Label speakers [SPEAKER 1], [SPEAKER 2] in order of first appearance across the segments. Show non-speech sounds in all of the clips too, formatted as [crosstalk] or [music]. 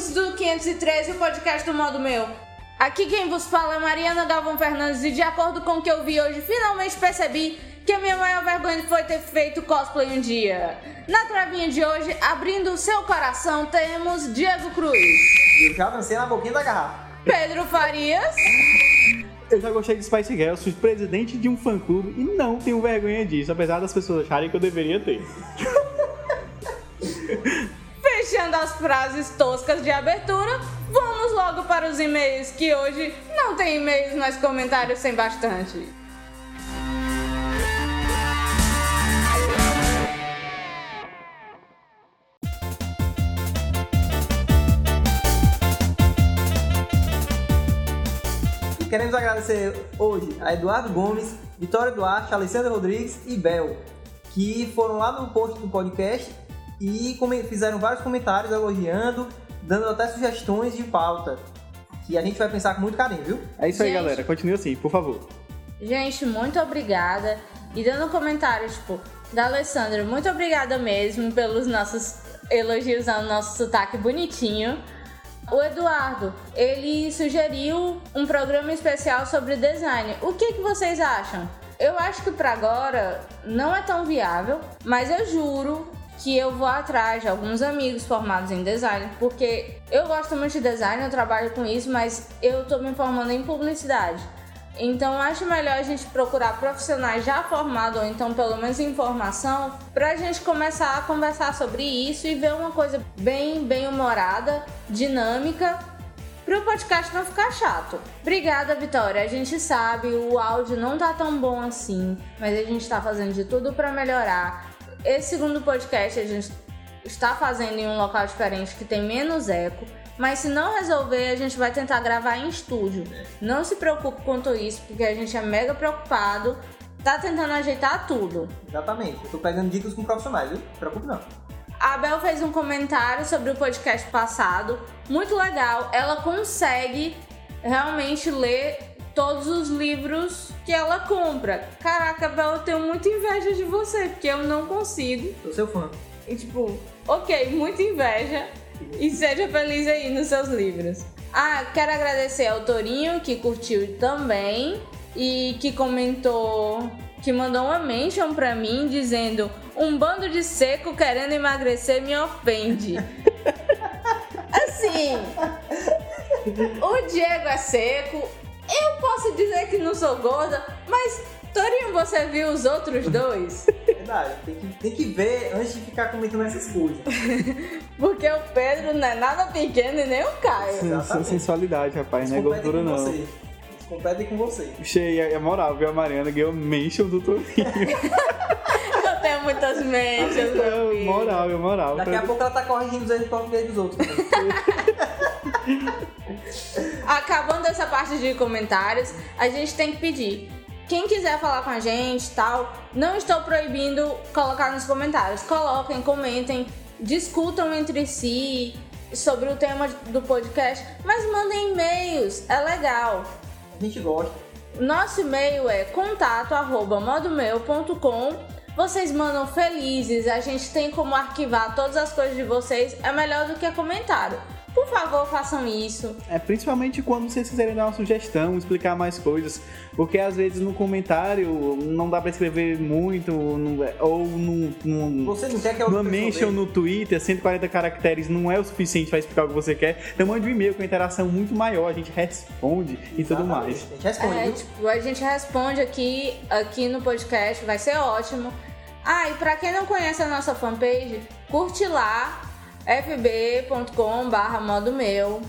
[SPEAKER 1] 313, o podcast do modo meu. Aqui quem vos fala é Mariana Galvão Fernandes e de acordo com o que eu vi hoje, finalmente percebi que a minha maior vergonha foi ter feito cosplay um dia. Na travinha de hoje, abrindo o seu coração, temos Diego Cruz,
[SPEAKER 2] Eu já dancei na boquinha da garrafa.
[SPEAKER 1] Pedro Farias,
[SPEAKER 3] Eu já gostei de Spice Girl, sou presidente de um fã clube e não tenho vergonha disso, apesar das pessoas acharem que eu deveria ter.
[SPEAKER 1] fechando as frases toscas de abertura, vamos logo para os e-mails, que hoje não tem e-mails, mas comentários tem bastante.
[SPEAKER 2] E queremos agradecer hoje a Eduardo Gomes, Vitória Duarte, Alessandra Rodrigues e Bel, que foram lá no post do podcast e come- fizeram vários comentários elogiando, dando até sugestões de pauta. Que a gente vai pensar com muito carinho, viu?
[SPEAKER 3] É isso aí,
[SPEAKER 1] Gente.
[SPEAKER 3] galera. Continue assim, por favor.
[SPEAKER 1] Gente, muito obrigada. E dando comentários, tipo, da Alessandra, muito obrigada mesmo pelos nossos elogios ao nosso sotaque bonitinho. O Eduardo, ele sugeriu um programa especial sobre design. O que, que vocês acham? Eu acho que pra agora não é tão viável, mas eu juro que eu vou atrás de alguns amigos formados em design, porque eu gosto muito de design, eu trabalho com isso, mas eu tô me formando em publicidade. Então eu acho melhor a gente procurar profissionais já formados ou então pelo menos informação pra gente começar a conversar sobre isso e ver uma coisa bem bem humorada, dinâmica, pro podcast não ficar chato. Obrigada, Vitória. A gente sabe, o áudio não tá tão bom assim, mas a gente tá fazendo de tudo pra melhorar. Esse segundo podcast a gente está fazendo em um local diferente que tem menos eco. Mas se não resolver, a gente vai tentar gravar em estúdio. Não se preocupe quanto isso, porque a gente é mega preocupado. Tá tentando ajeitar tudo.
[SPEAKER 2] Exatamente. Eu tô pegando dicas com profissionais, viu? Não se preocupe não.
[SPEAKER 1] A Abel fez um comentário sobre o podcast passado, muito legal. Ela consegue realmente ler todos os livros que ela compra. Caraca, Abel, eu tenho muita inveja de você, porque eu não consigo.
[SPEAKER 2] Sou seu fã.
[SPEAKER 1] E tipo, ok, muita inveja. E seja feliz aí nos seus livros. Ah, quero agradecer ao Torinho que curtiu também e que comentou, que mandou uma mention pra mim dizendo: Um bando de seco querendo emagrecer me ofende. [laughs] assim, o Diego é seco, eu posso dizer que não sou gorda, mas Torinho, você viu os outros dois?
[SPEAKER 2] É Verdade. Tem que, tem que ver antes de ficar comentando essas coisas.
[SPEAKER 3] é
[SPEAKER 1] Porque o Pedro não é nada pequeno e nem o
[SPEAKER 3] [laughs]
[SPEAKER 1] Caio.
[SPEAKER 2] Exatamente.
[SPEAKER 3] Sem sensualidade, rapaz,
[SPEAKER 2] Eles
[SPEAKER 3] não é
[SPEAKER 2] competem
[SPEAKER 3] gordura
[SPEAKER 2] com
[SPEAKER 3] não.
[SPEAKER 2] você. Eles competem com você.
[SPEAKER 3] Cheia, é moral, viu? A Mariana ganhou mention
[SPEAKER 2] [laughs]
[SPEAKER 3] do Toninho.
[SPEAKER 1] Eu tenho muitas mechas, meu
[SPEAKER 3] É
[SPEAKER 1] filho.
[SPEAKER 3] moral, é moral.
[SPEAKER 2] Daqui a pouco ela tá corrigindo os erros de português dos outros. né?
[SPEAKER 1] Acabando essa parte de comentários, a gente tem que pedir. Quem quiser falar com a gente tal, não estou proibindo colocar nos comentários. Coloquem, comentem, discutam entre si sobre o tema do podcast, mas mandem e-mails, é legal.
[SPEAKER 2] A gente gosta.
[SPEAKER 1] Nosso e-mail é contato@modomeu.com. Vocês mandam felizes, a gente tem como arquivar todas as coisas de vocês, é melhor do que comentário. Por favor, façam isso.
[SPEAKER 3] É principalmente quando vocês quiserem dar uma sugestão, explicar mais coisas, porque às vezes no comentário não dá pra escrever muito, não- ou no, no,
[SPEAKER 2] Você não quer que a outra
[SPEAKER 3] numa
[SPEAKER 2] pessoa
[SPEAKER 3] mention
[SPEAKER 2] veja?
[SPEAKER 3] no Twitter, 140 caracteres não é o suficiente pra explicar o que você quer. Então mande um e-mail com interação muito maior, a gente responde e tudo
[SPEAKER 2] Exatamente.
[SPEAKER 3] mais.
[SPEAKER 2] A gente responde,
[SPEAKER 1] É,
[SPEAKER 2] viu?
[SPEAKER 1] tipo, a gente responde aqui, aqui no podcast, vai ser ótimo. Ah, e pra quem não conhece a nossa fanpage, curte lá, fb.com barra modo meu.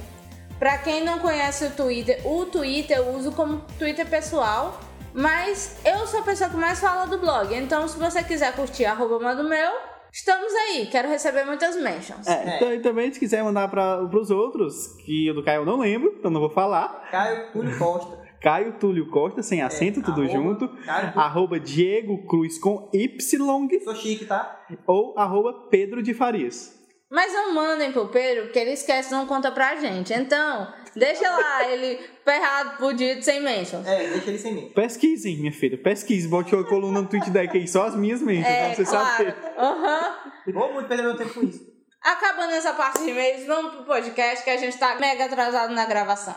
[SPEAKER 1] Pra quem não conhece o Twitter, o Twitter eu uso como Twitter pessoal, mas eu sou a pessoa que mais fala do blog. Então, se você quiser curtir arroba modo meu, estamos aí. Quero receber muitas mentions.
[SPEAKER 3] É, então, e também se quiser mandar para os outros, que o do Caio eu não lembro, então não vou falar.
[SPEAKER 1] tipo-
[SPEAKER 2] Caio Túlio Costa.
[SPEAKER 3] Caio Túlio Costa, sem acento, tudo
[SPEAKER 2] arroba
[SPEAKER 3] junto.
[SPEAKER 2] Caio Túlio.
[SPEAKER 3] Arroba Diego Cruz com Y
[SPEAKER 2] Sou chique, tá?
[SPEAKER 3] ou arroba Pedro de Farias.
[SPEAKER 1] Mas não mandem pro Pedro, porque ele esquece, não conta pra gente. Então, deixa lá ele ferrado, fudido, sem mentions.
[SPEAKER 2] É, deixa ele sem mim.
[SPEAKER 3] Pesquisem, minha filha, pesquise. Bote a coluna no tweet deck aí, só as minhas mentes,
[SPEAKER 1] É,
[SPEAKER 3] pra então você
[SPEAKER 1] claro.
[SPEAKER 3] saber.
[SPEAKER 1] Aham.
[SPEAKER 2] Vou muito perder meu tempo com isso.
[SPEAKER 1] Acabando essa parte de e-mails, vamos pro podcast que a gente tá mega atrasado na gravação.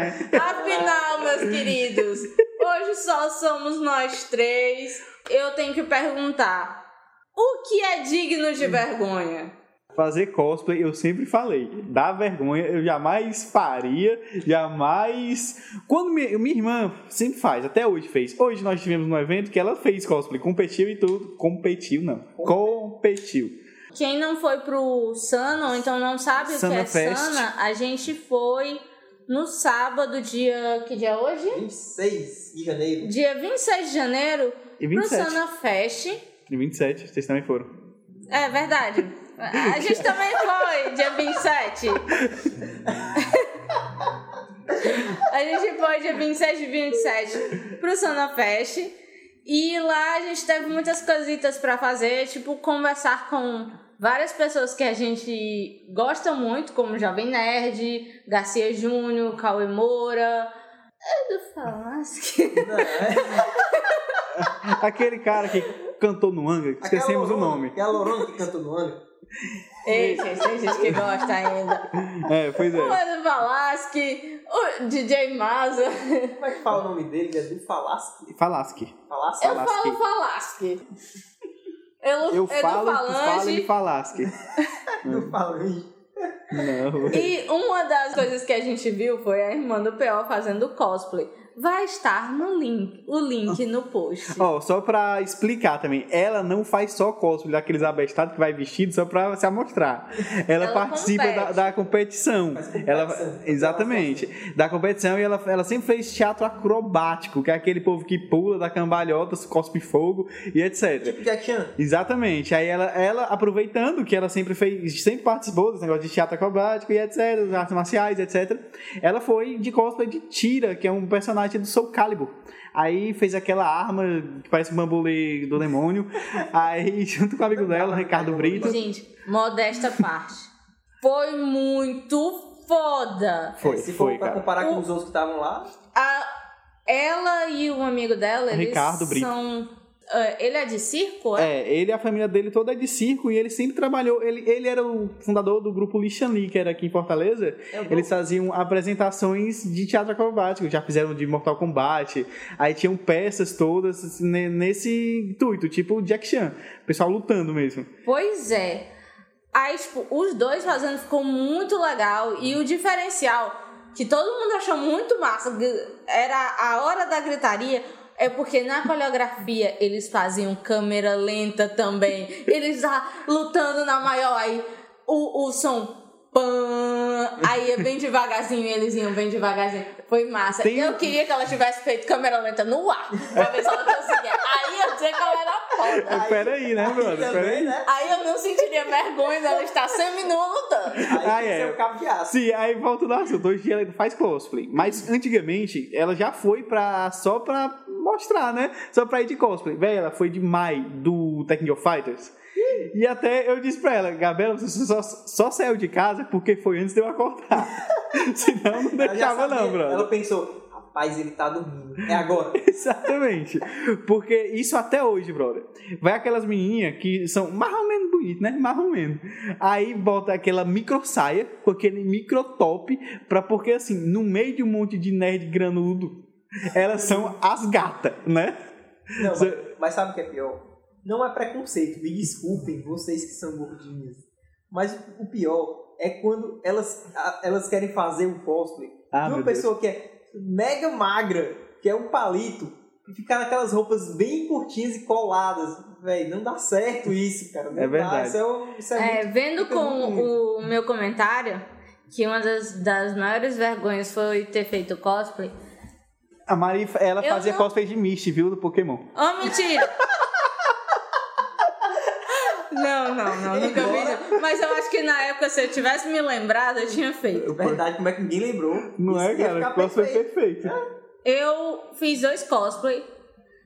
[SPEAKER 1] Afinal, meus queridos, hoje só somos nós três. Eu tenho que perguntar: o que é digno de vergonha?
[SPEAKER 3] Fazer cosplay, eu sempre falei, dá vergonha, eu jamais faria, jamais. Quando minha, minha irmã sempre faz, até hoje fez. Hoje nós tivemos um evento que ela fez cosplay, competiu e tudo. Competiu, não. Competiu.
[SPEAKER 1] Quem não foi pro Sana, ou então não sabe o que é
[SPEAKER 3] Sana Fest.
[SPEAKER 1] Sana, a gente foi no sábado, dia. Que dia é hoje?
[SPEAKER 2] 26 de janeiro.
[SPEAKER 1] Dia 26 de janeiro,
[SPEAKER 3] E
[SPEAKER 1] pro
[SPEAKER 3] 27.
[SPEAKER 1] Sana Fest.
[SPEAKER 3] E 27, vocês também foram.
[SPEAKER 1] É verdade. A gente também foi, dia 27. a gente foi dia 27 e 27 pro Sonofest. E lá a gente teve muitas cositas pra fazer, tipo conversar com várias pessoas que a gente gosta muito, como Jovem Nerd, Garcia Júnior, Cauê Moura. É do Falasque.
[SPEAKER 2] Não, é.
[SPEAKER 3] Aquele cara que cantou no Angra, que esquecemos o
[SPEAKER 2] Aquela
[SPEAKER 3] nome.
[SPEAKER 2] lorona- Aquela lorona que canta no ano.
[SPEAKER 1] Ei, gente, tem gente que gosta ainda.
[SPEAKER 3] É, pois
[SPEAKER 1] O
[SPEAKER 3] é.
[SPEAKER 1] Edu Falasque, o DJ Maza.
[SPEAKER 2] Como é que fala o nome dele? É do Falasque?
[SPEAKER 3] Falasque.
[SPEAKER 2] Falasque?
[SPEAKER 1] Eu falo
[SPEAKER 3] Falasque.
[SPEAKER 1] Falasque. Eu,
[SPEAKER 3] Eu
[SPEAKER 1] Edu
[SPEAKER 3] falo, tu fala
[SPEAKER 1] É Falange.
[SPEAKER 3] e falasque.
[SPEAKER 2] É
[SPEAKER 3] Hum.
[SPEAKER 2] Do Falange.
[SPEAKER 3] Não.
[SPEAKER 1] E uma das coisas que a gente viu foi a irmã do P.O. fazendo cosplay. Vai estar no link, o link no
[SPEAKER 3] [laughs]
[SPEAKER 1] post.
[SPEAKER 3] Ó, só pra explicar também, ela não faz só cosplay daqueles abestados que vai vestido só pra se amostrar. Ela,
[SPEAKER 1] Ela
[SPEAKER 3] participa
[SPEAKER 1] compete.
[SPEAKER 3] da, da competição.
[SPEAKER 2] Faz competição.
[SPEAKER 3] Ela, exatamente. Da competição e ela, ela sempre fez teatro acrobático, que é aquele povo que pula da cambalhota, cospe fogo e etc.
[SPEAKER 2] Tipo Jack Chan.
[SPEAKER 3] Exatamente. Aí ela, ela, aproveitando que ela sempre fez, sempre participou desse negócio de teatro acrobático e etc, das artes marciais, etc. Ela foi de cosplay de Tira, que é um personagem do Soul Calibur. Aí fez aquela arma que parece um bambolê do demônio. Aí, junto com o amigo dela, Ricardo Brito.
[SPEAKER 1] Gente, modesta parte. Foi muito foda.
[SPEAKER 3] Foi,
[SPEAKER 2] Se for
[SPEAKER 3] foi,
[SPEAKER 2] pra
[SPEAKER 3] cara.
[SPEAKER 2] comparar tá com
[SPEAKER 1] O-
[SPEAKER 2] os outros que estavam lá,
[SPEAKER 1] A- ela e um amigo dela, eles
[SPEAKER 3] Ricardo Brito.
[SPEAKER 1] são... ah, ele é de circo? é?
[SPEAKER 3] É, ele e a família dele toda é de circo e ele sempre trabalhou. Ele, ele era o fundador do grupo Lixani, que era aqui em Fortaleza.
[SPEAKER 2] eu vou-
[SPEAKER 3] Eles faziam apresentações de teatro acrobático, já fizeram de Mortal Kombat, aí tinham peças todas assim, ne- nesse intuito, tipo o Jack Chan, o pessoal lutando mesmo.
[SPEAKER 1] Pois é. Aí, tipo, os dois fazendo ficou muito legal. E o diferencial, que todo mundo achou muito massa, gr- era a hora da gritaria. É porque na coreografia eles faziam câmera lenta também. Eles lá lutando na maior. Aí o, o som. Pam, aí é bem devagarzinho, eles iam bem devagarzinho. Foi massa.
[SPEAKER 3] Tem-
[SPEAKER 1] Eu queria que ela tivesse feito câmera lenta no ar, pra ver se ela conseguia. Aí eu dizer que ela era foda.
[SPEAKER 3] Aí, peraí, né, brother?
[SPEAKER 2] também,
[SPEAKER 3] Peraí.
[SPEAKER 2] né?
[SPEAKER 1] Aí eu não sentiria vergonha dela estar seminua lutando.
[SPEAKER 2] Aí
[SPEAKER 3] Ah,
[SPEAKER 2] tem que
[SPEAKER 3] é.
[SPEAKER 2] ser o cabo de aço.
[SPEAKER 3] Sim, aí volta do assunto. Hoje em dia ela faz cosplay. Mas antigamente ela já foi pra, só pra mostrar, né? Só pra ir de cosplay. Véi, ela foi de Mai do Tekken of Fighters. E até eu disse pra ela, Gabriela, você só, só saiu de casa porque foi antes de eu acordar. [laughs] Senão não
[SPEAKER 2] Ela já
[SPEAKER 3] deixava,
[SPEAKER 2] sabia.
[SPEAKER 3] não, brother.
[SPEAKER 2] Ela pensou, rapaz, ele tá dormindo. É agora.
[SPEAKER 3] [laughs] Exatamente. Porque isso até hoje, brother. Vai aquelas menininhas que são mais ou menos bonitas, né? Mais ou menos. Aí bota aquela micro saia com aquele micro top pra porque assim, no meio de um monte de nerd granudo, elas são as gatas, né?
[SPEAKER 2] Não, mas-
[SPEAKER 3] Cê-
[SPEAKER 2] mas, sabe o que é pior? Não é preconceito, me desculpem vocês que são gordinhas. Mas o pior é quando elas, a- elas querem fazer um cosplay
[SPEAKER 3] Ah,
[SPEAKER 2] de uma
[SPEAKER 3] meu Deus.
[SPEAKER 2] pessoa que é mega magra, que é um palito, e ficar naquelas roupas bem curtinhas e coladas. Véi, não dá certo isso, cara. Não dá.
[SPEAKER 3] É verdade.
[SPEAKER 2] Isso é, um- isso é
[SPEAKER 1] É, vendo com o meu comentário, que uma das, das maiores vergonhas foi ter feito cosplay.
[SPEAKER 3] A Mari, ela
[SPEAKER 1] Eu
[SPEAKER 3] fazia
[SPEAKER 1] não-
[SPEAKER 3] cosplay de Misty, viu? Do Pokémon.
[SPEAKER 1] Oh, mentira! Não, não, não, nunca vi. Mas eu acho que na época, se eu tivesse me lembrado, eu tinha feito.
[SPEAKER 2] muito verdade. Como é que ninguém lembrou?
[SPEAKER 3] Não
[SPEAKER 2] Isso
[SPEAKER 3] é,
[SPEAKER 2] ia
[SPEAKER 3] cara?
[SPEAKER 2] ficar
[SPEAKER 3] Cosplay
[SPEAKER 2] perfeito.
[SPEAKER 3] perfeito.
[SPEAKER 1] Eu fiz dois cosplay.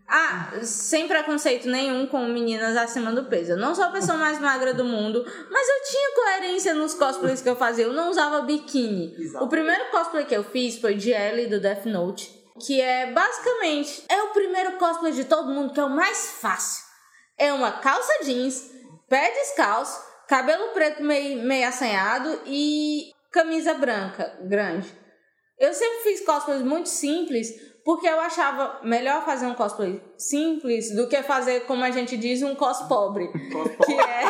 [SPEAKER 1] Ah, sem preconceito nenhum com meninas acima do peso. Eu não sou a pessoa mais magra do mundo, mas eu tinha coerência nos cosplays que eu fazia. Eu não usava biquíni.
[SPEAKER 2] Exato.
[SPEAKER 1] O primeiro cosplay que eu fiz foi de Ellie do Death Note. que é basicamente é o primeiro cosplay de todo mundo, que é o mais fácil. É uma calça jeans, pé descalço, cabelo preto meio, meio assanhado e camisa branca grande. Eu sempre fiz cosplays muito simples porque eu achava melhor fazer um cosplay simples do que fazer, como a gente diz, um cos pobre. Que
[SPEAKER 2] [laughs]
[SPEAKER 1] é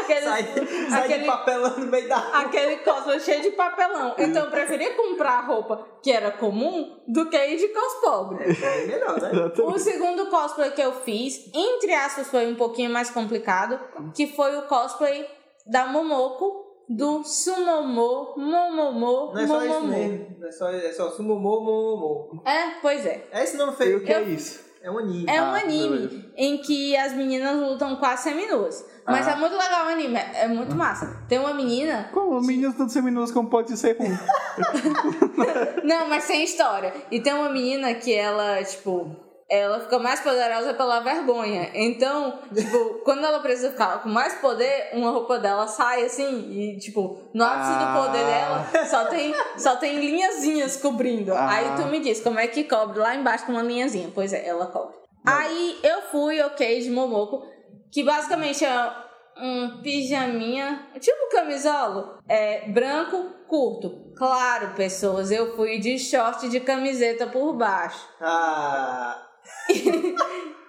[SPEAKER 1] aquele,
[SPEAKER 2] Sai, sai de
[SPEAKER 1] aquele
[SPEAKER 2] papelão no meio da rua.
[SPEAKER 1] aquele cosplay cheio de papelão. Então eu
[SPEAKER 2] É.
[SPEAKER 1] preferia comprar roupa que era comum do que ir de cos pobre.
[SPEAKER 2] É melhor, né?
[SPEAKER 3] Exatamente.
[SPEAKER 1] O segundo cosplay que eu fiz, entre aspas, foi um pouquinho mais complicado, que foi o cosplay da Momoko, do Sumomo, Momomo,
[SPEAKER 2] Não é só isso
[SPEAKER 1] Momomo.
[SPEAKER 2] mesmo. Não é só, é só sumomô, momomô.
[SPEAKER 1] É, pois é.
[SPEAKER 2] É esse nome
[SPEAKER 3] E
[SPEAKER 2] feio.
[SPEAKER 3] o que é isso?
[SPEAKER 2] É um anime.
[SPEAKER 1] É um
[SPEAKER 3] Ah,
[SPEAKER 1] anime
[SPEAKER 3] beleza.
[SPEAKER 1] em que as meninas lutam quase seminuas. Mas
[SPEAKER 3] Ah.
[SPEAKER 1] é muito legal o anime, é é muito massa. Tem uma menina
[SPEAKER 3] Como meninas tanto seminuas como pode ser um? ruim.
[SPEAKER 1] Não, mas sem história. E tem uma menina que ela, tipo, ela fica mais poderosa pela vergonha. Então, tipo,
[SPEAKER 3] [laughs]
[SPEAKER 1] quando ela precisa ficar com mais poder, uma roupa dela sai assim e, tipo, no ápice
[SPEAKER 3] Ah.
[SPEAKER 1] do poder dela só tem, só tem linhazinhas cobrindo.
[SPEAKER 3] Ah.
[SPEAKER 1] Aí tu me diz, como é que cobre lá embaixo com uma linhazinha? Pois é, ela cobre. Aí eu fui, ok, de Momoko, que basicamente é um pijaminha, tipo camisolo, é branco, curto. Claro, pessoas, eu fui de short e de camiseta por baixo.
[SPEAKER 2] Ah,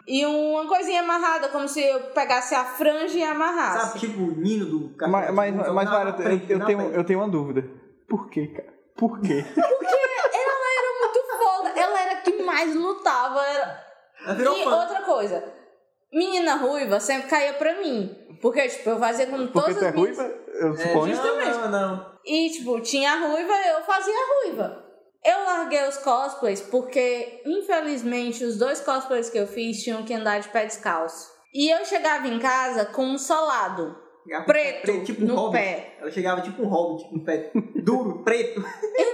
[SPEAKER 1] E uma coisinha amarrada, como se eu pegasse a franja e amarrasse.
[SPEAKER 2] sabe, tipo o Nino do Cartoon
[SPEAKER 3] Ah, Mas, mas,
[SPEAKER 2] Network,
[SPEAKER 3] mas
[SPEAKER 2] na
[SPEAKER 3] Mara, eu,
[SPEAKER 2] frente,
[SPEAKER 3] eu
[SPEAKER 2] na
[SPEAKER 3] tenho,
[SPEAKER 2] frente.
[SPEAKER 3] eu tenho uma dúvida. Por quê, cara? Por quê?
[SPEAKER 1] Muito foda. Ela era a que mais lutava. Era...
[SPEAKER 2] Ela virou
[SPEAKER 1] E
[SPEAKER 2] fã.
[SPEAKER 1] outra coisa, menina ruiva sempre caía pra mim. Porque, tipo, eu fazia com
[SPEAKER 3] Porque
[SPEAKER 1] todas
[SPEAKER 3] tu é
[SPEAKER 1] as minhas...
[SPEAKER 3] ruiva, eu suponho.
[SPEAKER 1] justamente.
[SPEAKER 2] Não, não, não.
[SPEAKER 1] E, tipo, tinha a ruiva, eu fazia a ruiva. Eu larguei os cosplays porque, infelizmente, os dois cosplays que eu fiz tinham que andar de pé descalço. E eu chegava em casa com um solado
[SPEAKER 2] Ela
[SPEAKER 1] preto,
[SPEAKER 2] pre- tipo um
[SPEAKER 1] no
[SPEAKER 2] hobbit.
[SPEAKER 1] pé.
[SPEAKER 2] Ela chegava tipo um hobbit, com um pé duro, preto.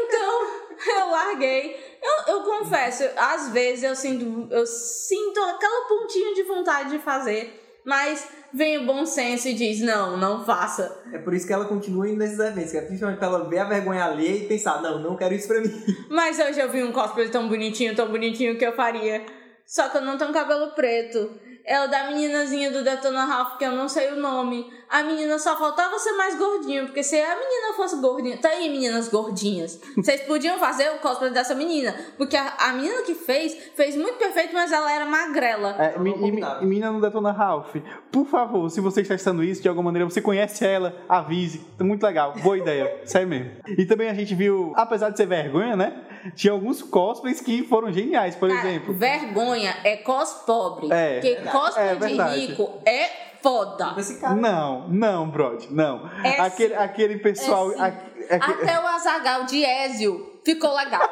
[SPEAKER 1] Então, eu larguei. Eu, eu confesso, às vezes eu sinto, eu sinto aquela pontinha de vontade de fazer, mas vem o bom senso e diz: não, não faça.
[SPEAKER 2] É por isso que ela continua indo nesses eventos, que é principalmente pra ela ver a vergonha alheia e pensar, não, não quero isso pra
[SPEAKER 3] [laughs]
[SPEAKER 2] mim.
[SPEAKER 1] Mas hoje eu vi um cosplay tão bonitinho, tão bonitinho que eu faria. Só que eu não tenho cabelo preto. É o da meninazinha do Detona Ralph, que eu não sei o nome. A menina só faltava ser mais gordinha, porque se a menina fosse gordinha. Tá aí, meninas gordinhas. Vocês podiam fazer o cosplay dessa menina. Porque a, a menina que fez, fez muito perfeito, mas ela era magrela.
[SPEAKER 3] É, mi- e, mi- e menina não detona Ralph. Por favor, se você está assistindo isso de alguma maneira, você conhece ela, avise. Muito legal, boa ideia, [laughs] sério mesmo. E também a gente viu, apesar de ser vergonha, né? Tinha alguns cosplays que foram geniais, por
[SPEAKER 1] Cara,
[SPEAKER 3] exemplo.
[SPEAKER 1] vergonha é cos pobre.
[SPEAKER 3] É,
[SPEAKER 1] porque
[SPEAKER 2] verdade.
[SPEAKER 1] cosplay
[SPEAKER 3] É
[SPEAKER 1] de
[SPEAKER 3] verdade.
[SPEAKER 1] rico é foda.
[SPEAKER 2] Esse cara.
[SPEAKER 3] Não, não, Brod, não.
[SPEAKER 1] É
[SPEAKER 3] aquele, aquele pessoal.
[SPEAKER 1] É sim.
[SPEAKER 3] aque- aque-
[SPEAKER 1] Até o Azagal de Ezio ficou legal.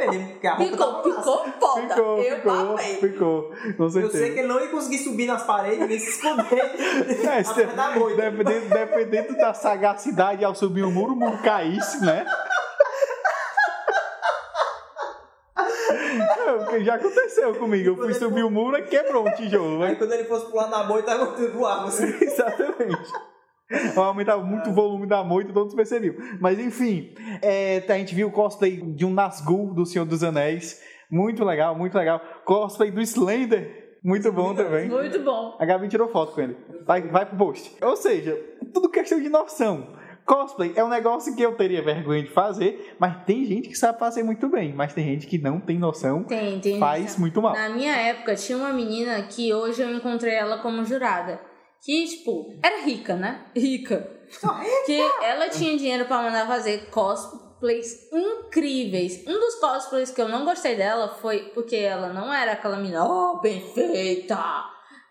[SPEAKER 2] É mesmo, porque a roupa
[SPEAKER 1] Ficou,
[SPEAKER 2] tava massa.
[SPEAKER 1] ficou foda.
[SPEAKER 3] Ficou,
[SPEAKER 1] eu
[SPEAKER 3] ficou,
[SPEAKER 1] babei.
[SPEAKER 3] ficou, com
[SPEAKER 2] Eu sei
[SPEAKER 3] certeza.
[SPEAKER 2] que ele não ia conseguir subir nas paredes nem se [laughs] esconder.
[SPEAKER 3] É, se-
[SPEAKER 2] atrás da moita.
[SPEAKER 3] dependendo, dependendo da sagacidade ao subir o muro, o muro caísse, né? É, porque Já aconteceu comigo. Eu fui subir o muro e quebrou um tijolo.
[SPEAKER 2] Aí [laughs]
[SPEAKER 3] né?
[SPEAKER 2] quando ele fosse pular na moita, tava tudo ar, assim.
[SPEAKER 3] Exatamente. Eu aumentava muito o volume da moita, todos percebiam. Mas enfim, é, a gente viu o cosplay de um Nazgûl do Senhor dos Anéis. Muito legal, muito legal. Cosplay do Slender. Muito bom também.
[SPEAKER 1] Muito bom.
[SPEAKER 3] A Gabi tirou foto com ele. Vai, vai pro post. Ou seja, tudo questão de noção. Cosplay é um negócio que eu teria vergonha de fazer, mas tem gente que sabe fazer muito bem, mas tem gente que não tem noção,
[SPEAKER 1] Tem, tem.
[SPEAKER 3] faz muito mal.
[SPEAKER 1] Na minha época tinha uma menina que hoje eu encontrei ela como jurada. Que, tipo, era rica, né? Rica.
[SPEAKER 3] [laughs]
[SPEAKER 1] que ela tinha dinheiro pra mandar fazer cosplays incríveis. Um dos cosplays que eu não gostei dela foi porque ela não era aquela menina, oh, bem feita.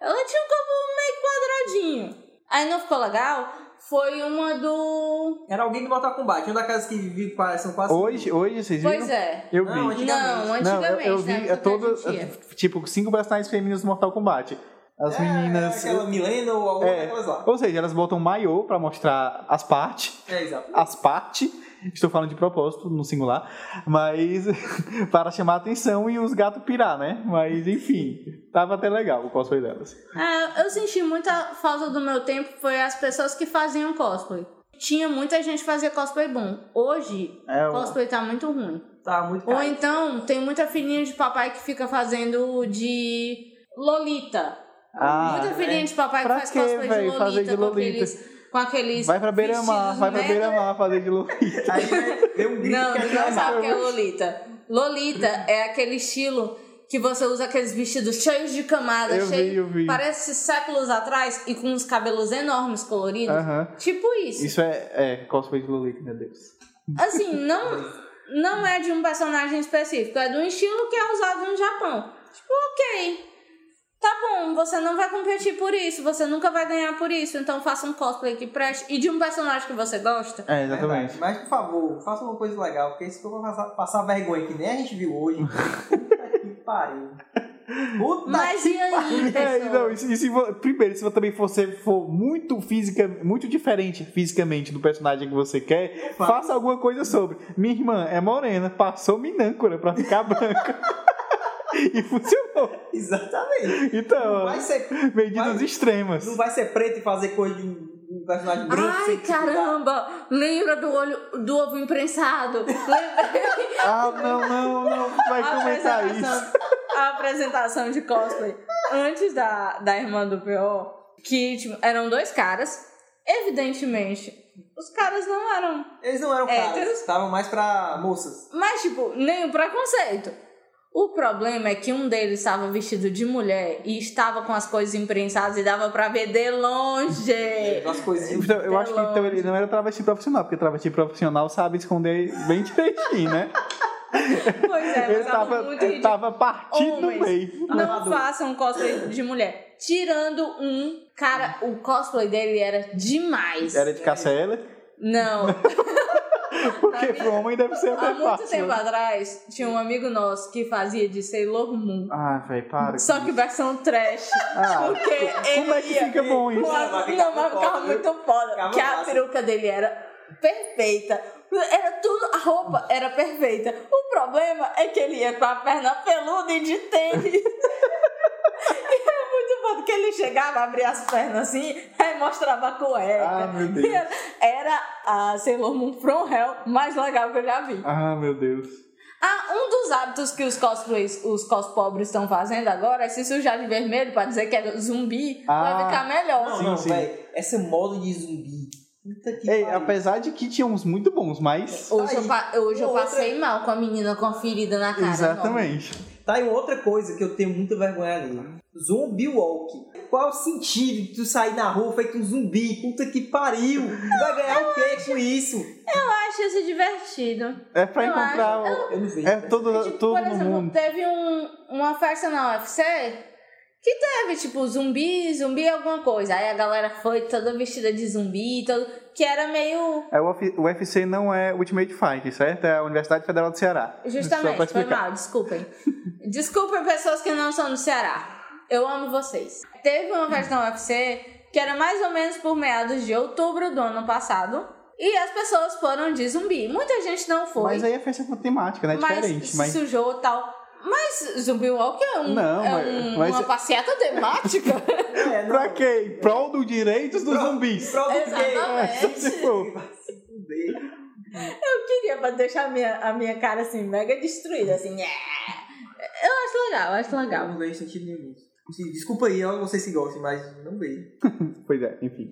[SPEAKER 1] Ela tinha um corpo meio quadradinho. Aí não ficou legal. Foi uma do.
[SPEAKER 2] Era alguém do Mortal Kombat, uma daquelas que vive, são quase.
[SPEAKER 3] Hoje, hoje vocês viram?
[SPEAKER 1] Pois é.
[SPEAKER 3] Eu vi.
[SPEAKER 2] Não, antigamente.
[SPEAKER 1] Não, antigamente.
[SPEAKER 3] Não, eu, eu
[SPEAKER 1] na
[SPEAKER 3] vi
[SPEAKER 1] época
[SPEAKER 3] é,
[SPEAKER 1] que
[SPEAKER 3] todas,
[SPEAKER 1] gente ia.
[SPEAKER 3] [laughs] é, tipo, cinco personagens femininas do Mortal Kombat. As
[SPEAKER 2] É,
[SPEAKER 3] meninas.
[SPEAKER 2] Aquela Milena ou alguma
[SPEAKER 3] É.
[SPEAKER 2] daquelas lá.
[SPEAKER 3] Ou seja, elas botam maiô pra mostrar as partes.
[SPEAKER 2] É, exato.
[SPEAKER 3] as partes, estou falando de propósito, no singular, mas [laughs] para chamar atenção e os gatos pirar, né? Mas enfim, tava até legal o cosplay delas.
[SPEAKER 1] Ah, eu senti muita falta do meu tempo foi as pessoas que faziam cosplay. Tinha muita gente que fazia cosplay bom. Hoje,
[SPEAKER 3] É, o-
[SPEAKER 1] cosplay tá muito ruim.
[SPEAKER 2] tá muito
[SPEAKER 1] Ou
[SPEAKER 2] caro.
[SPEAKER 1] então, tem muita filhinha de papai que fica fazendo de Lolita.
[SPEAKER 3] Ah,
[SPEAKER 1] muita filhinha de papai que
[SPEAKER 3] Pra
[SPEAKER 1] faz
[SPEAKER 3] quê,
[SPEAKER 1] cosplay de
[SPEAKER 3] véi,
[SPEAKER 1] Lolita,
[SPEAKER 3] fazer de
[SPEAKER 1] com
[SPEAKER 3] Lolita?
[SPEAKER 1] aqueles... Com aqueles
[SPEAKER 3] Vai pra beira-mar,
[SPEAKER 1] vestidos né?
[SPEAKER 3] vai pra
[SPEAKER 1] mega-
[SPEAKER 3] beira-mar fazer de Lolita.
[SPEAKER 2] Aí deu um grito
[SPEAKER 1] Não,
[SPEAKER 2] que
[SPEAKER 3] [laughs]
[SPEAKER 1] tu
[SPEAKER 2] era
[SPEAKER 1] não sabe o que é Lolita. Lolita é aquele estilo que você usa aqueles vestidos cheios de camadas,
[SPEAKER 3] Eu vi,
[SPEAKER 1] cheio,
[SPEAKER 3] eu vi.
[SPEAKER 1] parece séculos atrás e com uns cabelos enormes coloridos.
[SPEAKER 3] Aham.
[SPEAKER 1] Tipo isso.
[SPEAKER 3] Isso é, é cosplay de Lolita, meu Deus.
[SPEAKER 1] Assim, não não é de um personagem específico, é de um estilo que é usado no Japão. Tipo, OK. Tá bom, você não vai competir por isso, você nunca vai ganhar por isso, então faça um cosplay que preste e de um personagem que você gosta.
[SPEAKER 3] É,
[SPEAKER 2] Verdade.
[SPEAKER 3] exatamente.
[SPEAKER 2] Mas por favor, faça uma coisa legal, porque se for pra passar, passar vergonha que nem a gente viu [laughs] hoje, puta que pariu. Puta
[SPEAKER 1] Mas e aí,
[SPEAKER 3] É,
[SPEAKER 1] pessoal?
[SPEAKER 3] não, e se, e se vo- primeiro, se também você for muito física, muito diferente fisicamente do personagem que você quer,
[SPEAKER 2] Faça.
[SPEAKER 3] faça alguma coisa sobre. Minha irmã é morena, passou minâncora
[SPEAKER 2] [laughs]
[SPEAKER 3] pra ficar branca. e funcionou.
[SPEAKER 2] Exatamente. Não
[SPEAKER 3] Então,
[SPEAKER 2] vai, ser,
[SPEAKER 3] medidas
[SPEAKER 2] vai-
[SPEAKER 3] extremas.
[SPEAKER 2] não vai ser preto e fazer coisa de um um personagem branco.
[SPEAKER 1] Ai,
[SPEAKER 2] sem que-
[SPEAKER 1] caramba! Lembra do olho do ovo imprensado? Lembrei
[SPEAKER 3] Ah, não, não, não vai comentar é tá isso.
[SPEAKER 1] a apresentação de cosplay antes da, da irmã do P.O. Que tipo, eram dois caras. Evidentemente, os caras não eram.
[SPEAKER 2] Eles não eram
[SPEAKER 1] Héteros.
[SPEAKER 2] caras, estavam mais pra moças.
[SPEAKER 1] Mas, tipo, nenhum preconceito. O problema é que um deles estava vestido de mulher e estava com as coisas imprensadas e dava pra ver de longe.
[SPEAKER 2] As coisinhas.
[SPEAKER 3] Então, eu acho que então,
[SPEAKER 1] longe.
[SPEAKER 3] ele não era travesti profissional, porque travesti profissional sabe esconder bem direitinho, né?
[SPEAKER 1] Pois é,
[SPEAKER 3] [laughs] ele
[SPEAKER 1] mas tava,
[SPEAKER 3] tava,
[SPEAKER 1] muito ridículo.
[SPEAKER 3] tava partido no
[SPEAKER 1] Homens.
[SPEAKER 3] meio.
[SPEAKER 1] Não
[SPEAKER 2] Amador.
[SPEAKER 1] façam cosplay de mulher. Tirando um. Cara, o cosplay dele era demais.
[SPEAKER 3] Era de caçela.
[SPEAKER 1] Não.
[SPEAKER 3] Porque pro homem deve ser
[SPEAKER 1] Há
[SPEAKER 3] até
[SPEAKER 1] muito
[SPEAKER 3] fácil.
[SPEAKER 1] tempo atrás, tinha um amigo nosso que fazia de Sailor Moon.
[SPEAKER 3] Ah, velho, para.
[SPEAKER 1] Só que versão trash.
[SPEAKER 3] Ah,
[SPEAKER 1] Porque ele
[SPEAKER 3] como é que
[SPEAKER 1] ia
[SPEAKER 3] fica bom
[SPEAKER 1] com
[SPEAKER 3] isso?
[SPEAKER 1] a-
[SPEAKER 2] Mas ficava
[SPEAKER 1] Não, mas
[SPEAKER 2] foda,
[SPEAKER 1] ficava
[SPEAKER 2] viu?
[SPEAKER 1] muito foda.
[SPEAKER 2] Ficava
[SPEAKER 1] Porque a
[SPEAKER 2] massa.
[SPEAKER 1] peruca dele era perfeita. Era tudo, a roupa era perfeita. O problema é que ele ia com a perna peluda e de tênis. [laughs] e era muito foda que ele chegava, abria as pernas assim, aí mostrava a cueca.
[SPEAKER 3] Ah, meu Deus.
[SPEAKER 1] Era- Era a Sailor Moon From Hell mais legal que eu já vi.
[SPEAKER 3] Ah, meu Deus.
[SPEAKER 1] Ah, um dos hábitos que os cosplays, os cospobres estão fazendo agora é se sujar de vermelho pra dizer que é zumbi, vai
[SPEAKER 3] Ah.
[SPEAKER 1] ficar melhor.
[SPEAKER 2] Não,
[SPEAKER 3] Sim,
[SPEAKER 2] não,
[SPEAKER 3] sim.
[SPEAKER 2] velho. Essa moda de zumbi. Puta que
[SPEAKER 3] Ei,
[SPEAKER 2] pariu.
[SPEAKER 3] apesar de que tinha uns muito bons, mas.
[SPEAKER 1] Hoje, eu,
[SPEAKER 2] Aí,
[SPEAKER 1] pa- hoje eu
[SPEAKER 2] outra-
[SPEAKER 1] passei mal com a menina com a ferida na cara.
[SPEAKER 3] Exatamente.
[SPEAKER 2] Tá aí outra coisa que eu tenho muita vergonha ali. Zumbi walk. Qual o sentido de tu sair na rua feito um zumbi? Puta que pariu! Tu vai ganhar o quê com isso?
[SPEAKER 1] Eu acho isso divertido.
[SPEAKER 3] É pra
[SPEAKER 1] Eu
[SPEAKER 3] encontrar. o-
[SPEAKER 2] Eu não vejo.
[SPEAKER 3] É todo,
[SPEAKER 1] tipo,
[SPEAKER 3] todo
[SPEAKER 1] por
[SPEAKER 3] no
[SPEAKER 1] exemplo,
[SPEAKER 3] mundo.
[SPEAKER 1] teve um- uma festa na UFC que teve, tipo, zumbi, zumbi alguma coisa. Aí a galera foi toda vestida de zumbi, todo, que era meio...
[SPEAKER 3] É, o Uf- o UFC não é Ultimate Fight, certo? É a Universidade Federal do Ceará. Só pra
[SPEAKER 1] Justamente, foi
[SPEAKER 3] explicar.
[SPEAKER 1] mal, desculpem. Desculpem pessoas que não são do Ceará. Eu amo vocês. Teve uma festa na UFC que era mais ou menos por meados de outubro do ano passado. E as pessoas foram de zumbi. Muita gente não foi.
[SPEAKER 3] Mas aí é festa com temática, né? É
[SPEAKER 1] mas
[SPEAKER 3] diferente.
[SPEAKER 1] se
[SPEAKER 3] Mas...
[SPEAKER 1] sujou e tal. Mas zumbi walk é, um,
[SPEAKER 3] Não,
[SPEAKER 1] é
[SPEAKER 3] mas-
[SPEAKER 1] um-
[SPEAKER 3] mas-
[SPEAKER 1] uma passeata temática.
[SPEAKER 3] [laughs]
[SPEAKER 2] É, não.
[SPEAKER 3] Pra quê? Em prol dos direitos dos zumbis. Tipo,
[SPEAKER 2] Prova o quê?
[SPEAKER 3] Só [laughs]
[SPEAKER 1] Exatamente.
[SPEAKER 3] se for.
[SPEAKER 2] Vai se fuder.
[SPEAKER 1] Eu queria pra deixar a minha, a minha cara assim, mega destruída, assim. é. Eu acho legal, acho
[SPEAKER 2] Eu
[SPEAKER 1] legal.
[SPEAKER 2] não vejo sentido nenhum. Sim, Desculpa aí, eu não sei se gostam, mas não vejo.
[SPEAKER 3] Pois é, enfim.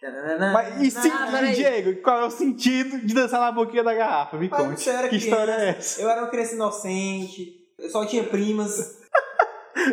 [SPEAKER 2] Tananana.
[SPEAKER 3] Mas e sim,
[SPEAKER 1] Ah, peraí.
[SPEAKER 3] Diego, qual é o sentido de dançar na boquinha da garrafa? Me
[SPEAKER 2] Mas
[SPEAKER 3] conte.
[SPEAKER 2] você era
[SPEAKER 3] Que história é
[SPEAKER 2] criança.
[SPEAKER 3] essa?
[SPEAKER 2] Eu era uma criança inocente, eu só tinha primas.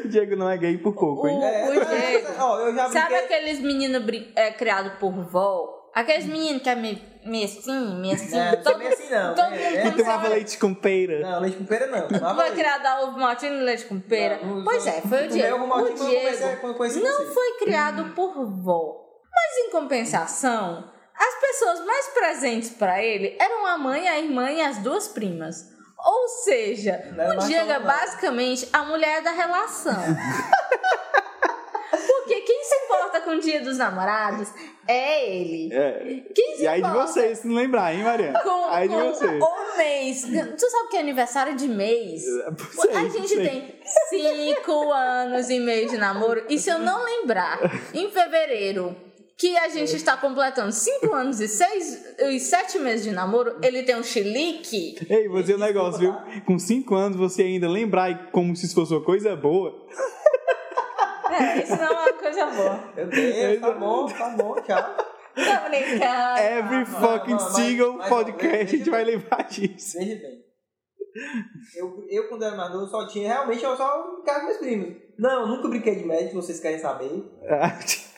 [SPEAKER 3] O Diego não é gay por pouco, hein?
[SPEAKER 1] O-
[SPEAKER 2] É,
[SPEAKER 1] o Diego.
[SPEAKER 2] ó, eu já
[SPEAKER 1] Sabe
[SPEAKER 2] brinquei.
[SPEAKER 1] aqueles meninos brin- é, criados por vó? Aqueles meninos que é meio meio assim, meio assim.
[SPEAKER 2] Não, não
[SPEAKER 1] todo
[SPEAKER 2] sou bem assim não.
[SPEAKER 1] todo
[SPEAKER 2] né?
[SPEAKER 1] mundo
[SPEAKER 2] É-
[SPEAKER 3] Que tomava
[SPEAKER 1] sabe-
[SPEAKER 3] leite com pera.
[SPEAKER 2] Não, leite com pera não.
[SPEAKER 1] Tu
[SPEAKER 2] Tomava
[SPEAKER 1] então, vai
[SPEAKER 2] leite.
[SPEAKER 1] criado a ovo maltine e leite com pera?
[SPEAKER 2] Não, não-
[SPEAKER 1] pois é, foi o
[SPEAKER 2] Tomei
[SPEAKER 1] Diego.
[SPEAKER 2] alguma
[SPEAKER 1] O
[SPEAKER 2] coisa quando eu comecei a-
[SPEAKER 1] Diego
[SPEAKER 2] quando eu conheci
[SPEAKER 1] não
[SPEAKER 2] vocês.
[SPEAKER 1] foi criado por vó. Mas em compensação, as pessoas mais presentes pra ele eram a mãe, a irmã e as duas primas. Ou seja,
[SPEAKER 2] Não era
[SPEAKER 1] o Diego é
[SPEAKER 2] Barcelona.
[SPEAKER 1] basicamente a mulher da
[SPEAKER 3] [laughs]
[SPEAKER 1] relação. Porque quem se importa com o dia dos namorados é ele.
[SPEAKER 3] É.
[SPEAKER 1] Quem se
[SPEAKER 3] E aí de
[SPEAKER 1] importa
[SPEAKER 3] vocês, se não lembrar,
[SPEAKER 1] [laughs]
[SPEAKER 3] hein, Mariana?
[SPEAKER 1] Com,
[SPEAKER 3] aí de
[SPEAKER 1] com
[SPEAKER 3] vocês.
[SPEAKER 1] o mês. Tu sabe o que é aniversário de mês?
[SPEAKER 3] Sei,
[SPEAKER 1] A gente
[SPEAKER 3] sei.
[SPEAKER 1] tem cinco anos e meio de namoro. E se eu não lembrar, em fevereiro que a gente está completando 5 anos e 6 e 7 meses de namoro, ele tem um
[SPEAKER 3] [laughs]
[SPEAKER 1] chilique.
[SPEAKER 3] Ei, vou dizer um negócio, viu? Com 5 anos você ainda lembrar e como se isso fosse uma coisa boa.
[SPEAKER 1] É, isso não é uma coisa boa.
[SPEAKER 2] Meu
[SPEAKER 3] [laughs]
[SPEAKER 2] Deus, tá bom, tá bom, tchau.
[SPEAKER 1] Tá brincando.
[SPEAKER 3] Every fucking
[SPEAKER 2] não, mas-
[SPEAKER 3] single
[SPEAKER 2] mas não,
[SPEAKER 3] podcast a gente
[SPEAKER 2] deixa-
[SPEAKER 3] vai lembrar disso. [laughs]
[SPEAKER 2] Veja bem. Eu, eu quando era mais novo, só tinha. Realmente, eu só brincava com meus primos. Não, eu nunca brinquei de médico, vocês querem saber.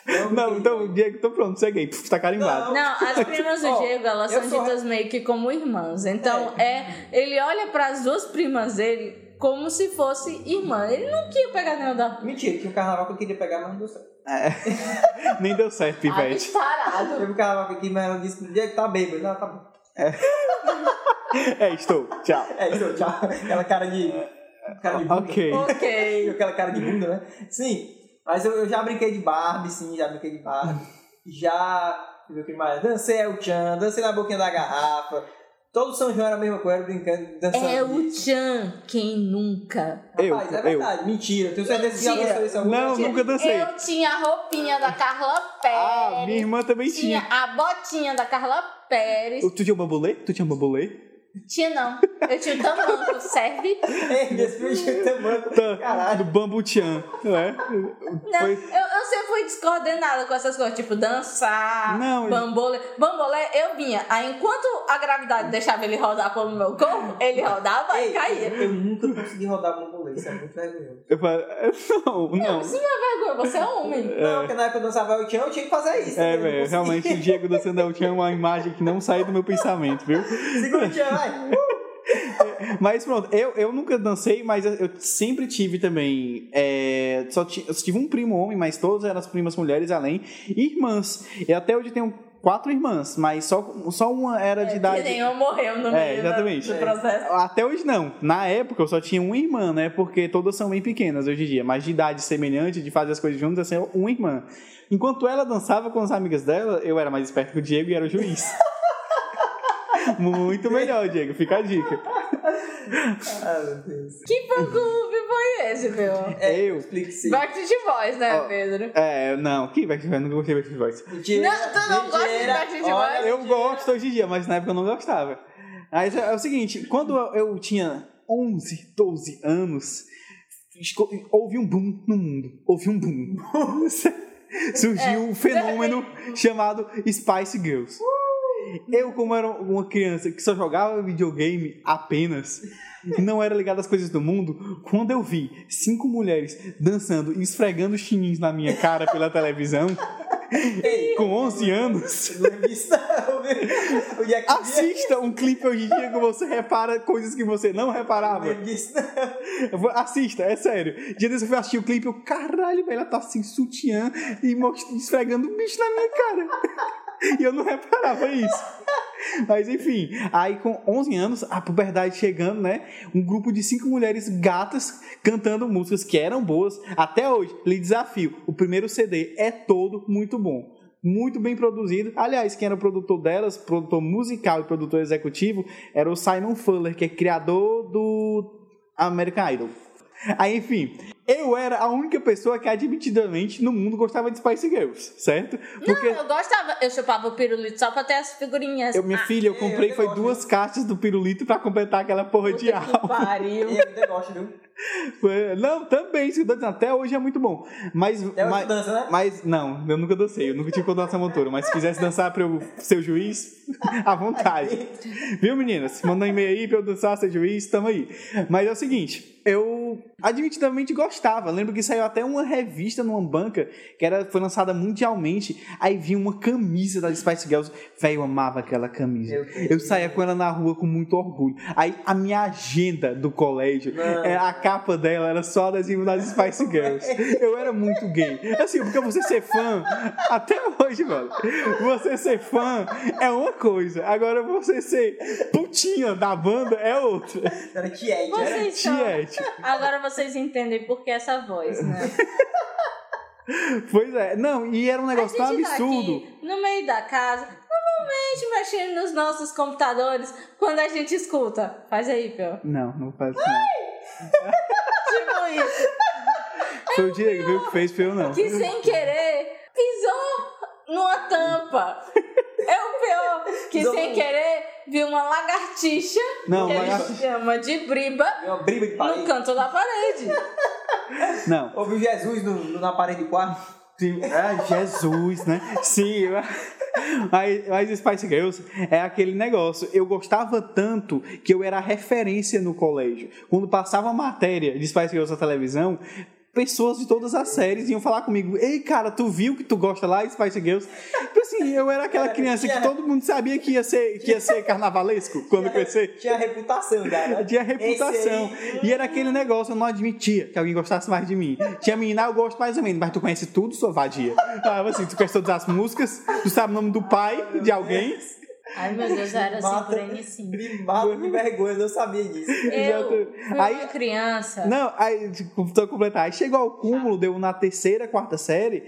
[SPEAKER 2] Eu
[SPEAKER 3] Não,
[SPEAKER 2] brinquei
[SPEAKER 3] então, Diego, então pronto, segue aí. Puf, Tá carimbado.
[SPEAKER 1] Não, as primas do
[SPEAKER 2] Ó,
[SPEAKER 1] Diego, elas
[SPEAKER 2] eu
[SPEAKER 1] são
[SPEAKER 2] sou-
[SPEAKER 1] ditas meio que como irmãs. Então, é, ele olha para as duas primas dele como se fosse irmã. Ele não queria pegar nenhuma da.
[SPEAKER 2] de- Mentira, tinha um carnaval que eu queria pegar, mas não deu certo.
[SPEAKER 3] Nem deu certo,
[SPEAKER 1] Ai,
[SPEAKER 3] Pivete.
[SPEAKER 1] que
[SPEAKER 2] [laughs]
[SPEAKER 1] tarado.
[SPEAKER 2] Teve um carnaval aqui, mas ela disse que o Diego tá bêbado. Não, tá bom.
[SPEAKER 3] É, estou. Tchau.
[SPEAKER 2] É, então, tchau. Aquela cara
[SPEAKER 3] [laughs]
[SPEAKER 2] de. Cara de bunda.
[SPEAKER 3] Ok.
[SPEAKER 1] Ok.
[SPEAKER 2] E [laughs] aquela cara de bunda, né? Sim, mas eu, eu já brinquei de Barbie, sim, já brinquei de Barbie. já, deixa eu ver o que mais? Dancei El Chan, dancei na boquinha da garrafa. Todo São João era a mesma coisa, brincando, dançando.
[SPEAKER 1] É o Chan, quem nunca?
[SPEAKER 3] Eu,
[SPEAKER 2] Rapaz, é
[SPEAKER 3] eu.
[SPEAKER 2] verdade, mentira. eu Tenho certeza que já
[SPEAKER 1] Mentira.
[SPEAKER 2] dançou isso em algum
[SPEAKER 3] Não,
[SPEAKER 2] lugar.
[SPEAKER 3] nunca dancei.
[SPEAKER 1] Eu tinha a roupinha da Carla
[SPEAKER 3] Ah, minha
[SPEAKER 1] Pérez.
[SPEAKER 3] irmã também
[SPEAKER 1] tinha
[SPEAKER 3] tinha.
[SPEAKER 1] a botinha da Carla
[SPEAKER 2] é.
[SPEAKER 1] Pérez.
[SPEAKER 3] Tu tinha bambulê? Tu tinha bambulê?
[SPEAKER 1] Tinha não. Eu tinha o tamanho, serve.
[SPEAKER 2] Ei, meu filho tinha tamanho.
[SPEAKER 3] Tá,
[SPEAKER 2] Caralho.
[SPEAKER 3] do bambu-chan. É.
[SPEAKER 1] Não, eu,
[SPEAKER 3] Foi-
[SPEAKER 1] eu sempre fui descoordenada com essas coisas, tipo dançar,
[SPEAKER 3] Não, eu-
[SPEAKER 1] bambolê. Bambolê, eu vinha. Aí enquanto a gravidade deixava ele rodar pelo meu corpo,
[SPEAKER 3] [laughs]
[SPEAKER 1] ele rodava e
[SPEAKER 2] Ei,
[SPEAKER 1] caía.
[SPEAKER 2] Eu nunca consegui rodar o bambolê, isso é muito vergonhoso.
[SPEAKER 3] Eu falei, não, não.
[SPEAKER 1] Isso não é vergonha, você é
[SPEAKER 3] [laughs]
[SPEAKER 1] homem.
[SPEAKER 2] Não, porque na época eu dançava El Chan, eu tinha que fazer isso.
[SPEAKER 3] É,
[SPEAKER 2] eu não
[SPEAKER 3] velho,
[SPEAKER 2] consegui.
[SPEAKER 3] realmente o Diego dançando El Chan é uma imagem que não sai do meu pensamento, viu?
[SPEAKER 2] Segura o Chan, vai.
[SPEAKER 3] Mas pronto, eu, eu nunca dancei, mas eu- eu sempre tive também. é, só ti- eu tive um primo homem, mas todas eram as primas mulheres além. e Irmãs. E até hoje eu tenho quatro irmãs, mas só, só uma era
[SPEAKER 2] É,
[SPEAKER 3] de
[SPEAKER 1] Que
[SPEAKER 3] idade.
[SPEAKER 1] nenhum morreu no
[SPEAKER 3] É,
[SPEAKER 1] meio da-
[SPEAKER 3] exatamente. É.
[SPEAKER 1] do processo.
[SPEAKER 3] Até hoje não. Na época eu só tinha uma irmã, né? Porque todas são bem pequenas hoje em dia, mas de idade semelhante, de fazer as coisas juntas, assim, uma irmã. Enquanto ela dançava com as amigas dela, eu era mais esperto que o Diego e era o juiz. [laughs] Muito melhor, Diego, fica a dica.
[SPEAKER 2] Ah, meu Deus.
[SPEAKER 1] Que fã-clube foi esse, meu?
[SPEAKER 3] Eu.
[SPEAKER 2] Explique-se.
[SPEAKER 1] Backstreet Boys, né,
[SPEAKER 3] Ó,
[SPEAKER 1] Pedro?
[SPEAKER 3] É, não, que Backstreet Boys? Não gostei de Backstreet Boys.
[SPEAKER 1] Não, tu não gosta de Backstreet Boys?
[SPEAKER 3] Eu gosto hoje em dia, mas na época eu não gostava. Mas é é o seguinte, quando eu- eu tinha 11, 12 anos, esco- houve um boom no mundo. Houve um boom. [laughs] Surgiu um fenômeno chamado Spice Girls. Eu, como era uma criança que só jogava videogame apenas, não era ligado às coisas do mundo, quando eu vi cinco mulheres dançando e esfregando chinins na minha cara pela televisão,
[SPEAKER 2] Ei,
[SPEAKER 3] com 11 anos,
[SPEAKER 2] Não lembro disso, não, viu? O dia que vier,
[SPEAKER 3] Assista um clipe hoje em dia que você repara coisas que você não
[SPEAKER 2] não
[SPEAKER 3] reparava.
[SPEAKER 2] lembro disso, não.
[SPEAKER 3] Assista, é sério. Dia desse eu fui assistir o clipe, eu, caralho, velho, ela tá assim, sutiã e most- esfregando o bicho na minha cara. E eu não reparava isso. Mas enfim, aí com 11 anos, a puberdade chegando, né? Um grupo de cinco mulheres gatas cantando músicas que eram boas. Até hoje, lhe desafio: o primeiro CD é todo muito bom. Muito bem produzido. Aliás, quem era o produtor delas, produtor musical e produtor executivo, era o Simon Fuller, que é criador do American Idol. Aí, enfim, eu era a única pessoa que admitidamente no mundo gostava de Spice Girls, certo? Porque
[SPEAKER 1] Ah, Eu gostava, eu chupava o pirulito só pra ter as figurinhas.
[SPEAKER 3] eu, minha filha, eu
[SPEAKER 2] Ah, eu
[SPEAKER 3] comprei
[SPEAKER 2] ainda
[SPEAKER 3] foi
[SPEAKER 2] gosto.
[SPEAKER 3] duas caixas do pirulito pra completar aquela porra de
[SPEAKER 1] Puta que
[SPEAKER 3] álcool.
[SPEAKER 1] pariu.
[SPEAKER 2] É, Eu ainda gosto, viu?
[SPEAKER 3] [laughs] Não, também, isso que eu tô dizendo, até hoje é muito bom. Mas,
[SPEAKER 2] Até hoje
[SPEAKER 3] mas,
[SPEAKER 2] tu dança, né?
[SPEAKER 3] mas não, eu nunca dancei, eu nunca tive coordenação motora, mas se quisesse dançar pra eu ser o juiz, [laughs] à vontade. Viu, meninas? Manda um e-mail aí pra eu dançar, ser juiz, tamo aí. Mas é o seguinte, eu admitidamente gostava. Lembro que saiu até uma revista numa banca que era, foi lançada mundialmente. Aí vinha uma camisa da Spice Girls. Véi, eu amava aquela camisa.
[SPEAKER 2] Meu Deus.
[SPEAKER 3] Eu saía com ela na rua com muito orgulho. Aí a minha agenda do colégio,
[SPEAKER 2] Não.
[SPEAKER 3] é, a capa dela era só adesivo das Spice Girls. Eu era muito gay. Assim, porque você ser fã, até hoje, mano, você ser fã é uma coisa. Agora você ser putinha da banda é outra.
[SPEAKER 2] Era Tiet, era.
[SPEAKER 1] Vocês são...
[SPEAKER 3] Tiete.
[SPEAKER 1] Agora vocês entendem por que essa voz, né? Pois
[SPEAKER 3] Pois é. Não, e era um negócio tão absurdo.
[SPEAKER 1] tá no meio da casa, normalmente mexendo nos nossos computadores, quando a gente escuta. Faz aí, Pel.
[SPEAKER 3] Não, não faz isso. não.
[SPEAKER 1] Tipo isso.
[SPEAKER 3] Foi o Diego, viu, que fez, foi eu não.
[SPEAKER 1] Que sem querer pisou numa tampa. É o pior que
[SPEAKER 2] Não.
[SPEAKER 1] sem querer viu uma lagartixa
[SPEAKER 3] Não,
[SPEAKER 1] que
[SPEAKER 3] lagartixa.
[SPEAKER 1] ele chama de briba
[SPEAKER 2] É uma briga de
[SPEAKER 1] no
[SPEAKER 2] parede.
[SPEAKER 1] canto da parede.
[SPEAKER 3] Não.
[SPEAKER 2] Ouviu Jesus no- no- na parede do quarto.
[SPEAKER 3] Sim, é, Jesus, né? Sim, mas, mas Spice Girls é aquele negócio. Eu gostava tanto que eu era referência no colégio. Quando passava a matéria de Spice Girls na televisão, pessoas de todas as séries iam falar comigo: Ei, cara, tu viu que tu gosta lá de Spice Girls? Tipo assim, eu era aquela criança que todo mundo sabia que ia ser, que ia ser carnavalesco quando eu crescer.
[SPEAKER 2] Tinha reputação, cara.
[SPEAKER 3] [laughs] Tinha reputação.
[SPEAKER 2] Esse aí-
[SPEAKER 3] E era aquele negócio, eu não admitia que alguém gostasse mais de mim. Tinha menina, ah, eu gosto mais ou menos, mas tu conhece tudo, sua vadia. Ah, assim, tu conhece todas as músicas, tu sabe o nome do pai de alguém.
[SPEAKER 1] Ai meu Deus, eu era assim por
[SPEAKER 3] [laughs]
[SPEAKER 1] N5.
[SPEAKER 2] Me mata de vergonha, eu não sabia disso.
[SPEAKER 1] Eu
[SPEAKER 3] Exato.
[SPEAKER 1] fui
[SPEAKER 3] Aí-
[SPEAKER 1] uma criança.
[SPEAKER 3] Não, aí, tipo, pra completar, aí chegou ao cúmulo, deu na terceira, quarta série,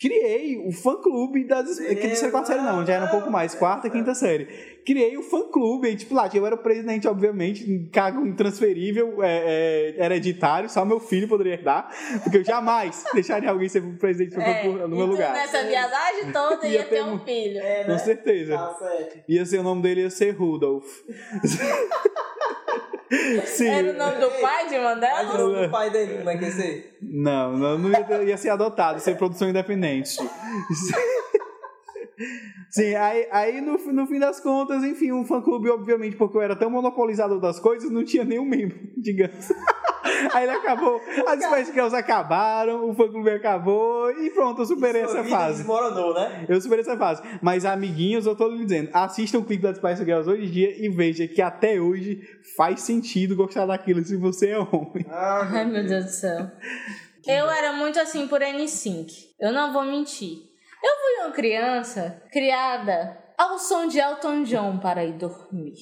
[SPEAKER 3] criei o fã-clube das... que terceira, quarta série não, já era um pouco mais, quarta, quinta série. Criei o fã-clube, aí, tipo, lá, eu era o presidente, obviamente, um cargo intransferível, é, é, hereditário, só meu filho poderia herdar, porque eu jamais [laughs] deixaria alguém ser presidente do
[SPEAKER 1] É,
[SPEAKER 3] fã-clube no meu
[SPEAKER 1] e tu
[SPEAKER 3] lugar.
[SPEAKER 1] Nessa viadagem toda
[SPEAKER 3] Ia
[SPEAKER 1] ia
[SPEAKER 3] ter
[SPEAKER 1] ter um filho.
[SPEAKER 2] É,
[SPEAKER 3] Com
[SPEAKER 2] né?
[SPEAKER 3] certeza.
[SPEAKER 2] Tá certo.
[SPEAKER 3] Ia ser o nome dele, ia ser Rudolph. [laughs] Sim.
[SPEAKER 1] Era o nome do pai de
[SPEAKER 2] Mas
[SPEAKER 3] É.
[SPEAKER 2] o
[SPEAKER 1] Mandela?
[SPEAKER 2] nome do pai dele, como é que ia ser?
[SPEAKER 3] Não, não, não ia, ter- ia ser adotado, ia ser produção independente. Sim, aí, aí no, fi- no fim das contas, enfim, um fã-clube, obviamente, porque eu era tão monopolizador das coisas, não tinha nenhum membro, [laughs] digamos. Aí ele acabou, as Spice Girls acabaram, o fã-clube acabou e pronto, eu superei
[SPEAKER 2] Sua
[SPEAKER 3] essa
[SPEAKER 2] vida
[SPEAKER 3] fase.
[SPEAKER 2] Desmoronou, né?
[SPEAKER 3] Eu superei essa fase. Mas, amiguinhos, eu tô lhe dizendo, assista o clipe das Spice Girls hoje em dia e veja que até hoje faz sentido gostar daquilo se você é homem.
[SPEAKER 2] Ah.
[SPEAKER 1] Ai, meu Deus do céu. Eu era muito assim por N5. Eu não vou mentir. Eu fui uma criança criada ao som de Elton John para ir
[SPEAKER 3] [laughs]
[SPEAKER 1] dormir.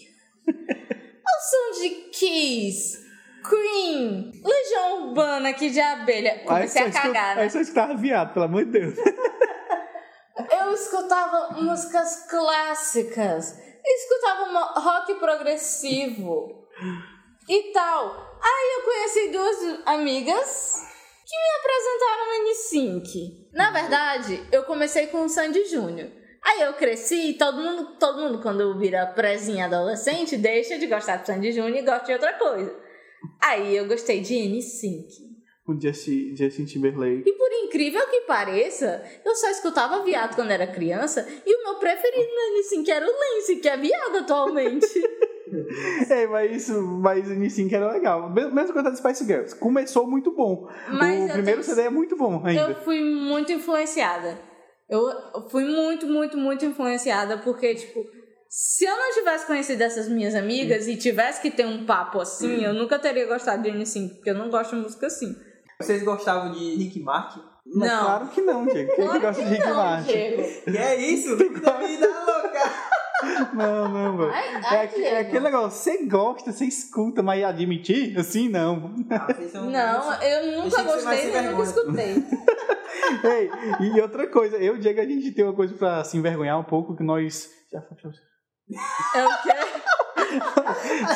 [SPEAKER 1] Ao som de Kiss, Queen, Legião Urbana, que de abelha. Comecei
[SPEAKER 3] Aí
[SPEAKER 1] a
[SPEAKER 3] só escuta-
[SPEAKER 1] cagar, né?
[SPEAKER 3] Aí só escutava viado, pelo amor de Deus. [laughs]
[SPEAKER 1] Eu escutava músicas clássicas, escutava mo- rock progressivo e tal. Aí eu conheci duas amigas que me apresentaram o N5. Na verdade, eu comecei com o Sandy Júnior. Aí eu cresci e todo mundo, todo mundo quando vira prezinha adolescente, deixa de gostar do Sandy Júnior e gosta de outra coisa. Aí eu gostei de N5.
[SPEAKER 3] O Um Justin, Justin Timberlake.
[SPEAKER 1] E por incrível que pareça, eu só escutava viado quando era criança e o meu preferido na N5 era o Lance, que é viado atualmente.
[SPEAKER 3] [laughs] É, mas isso, mas o Nissin que era legal. Mes- Mesma coisa da Spice Girls. Começou muito bom.
[SPEAKER 1] Mas
[SPEAKER 3] [laughs] o
[SPEAKER 1] eu
[SPEAKER 3] primeiro
[SPEAKER 1] tenho-
[SPEAKER 3] CD é muito bom
[SPEAKER 1] eu
[SPEAKER 3] ainda.
[SPEAKER 1] fui muito influenciada. Eu fui muito, muito, muito influenciada porque, tipo, se eu não tivesse conhecido essas minhas amigas e tivesse que ter um papo assim, eu nunca teria gostado de N5, porque eu não gosto de música assim.
[SPEAKER 2] Vocês gostavam de Rick Martin?
[SPEAKER 3] Mas
[SPEAKER 1] não.
[SPEAKER 3] Claro que não, Diego. Quem é que
[SPEAKER 1] Claro
[SPEAKER 3] gosta de Rick
[SPEAKER 1] não,
[SPEAKER 3] Martin?
[SPEAKER 1] Diego.
[SPEAKER 2] Que é isso? Vida me dá louca!
[SPEAKER 3] [laughs] Não, não, velho.
[SPEAKER 1] Ai,
[SPEAKER 3] É,
[SPEAKER 1] ai,
[SPEAKER 3] aqu- é
[SPEAKER 1] Diego.
[SPEAKER 3] aquele negócio, você gosta, você escuta, mas admitir? Assim, não. [laughs]
[SPEAKER 2] Ah, vocês são-
[SPEAKER 1] Não, eu
[SPEAKER 2] Achei
[SPEAKER 1] nunca
[SPEAKER 2] que você vai
[SPEAKER 1] gostei
[SPEAKER 2] se
[SPEAKER 1] nem nunca escutei.
[SPEAKER 3] Ei, e outra coisa, eu e o Diego, a gente tem uma coisa pra se envergonhar um pouco, que nós... Já,
[SPEAKER 1] É o quê?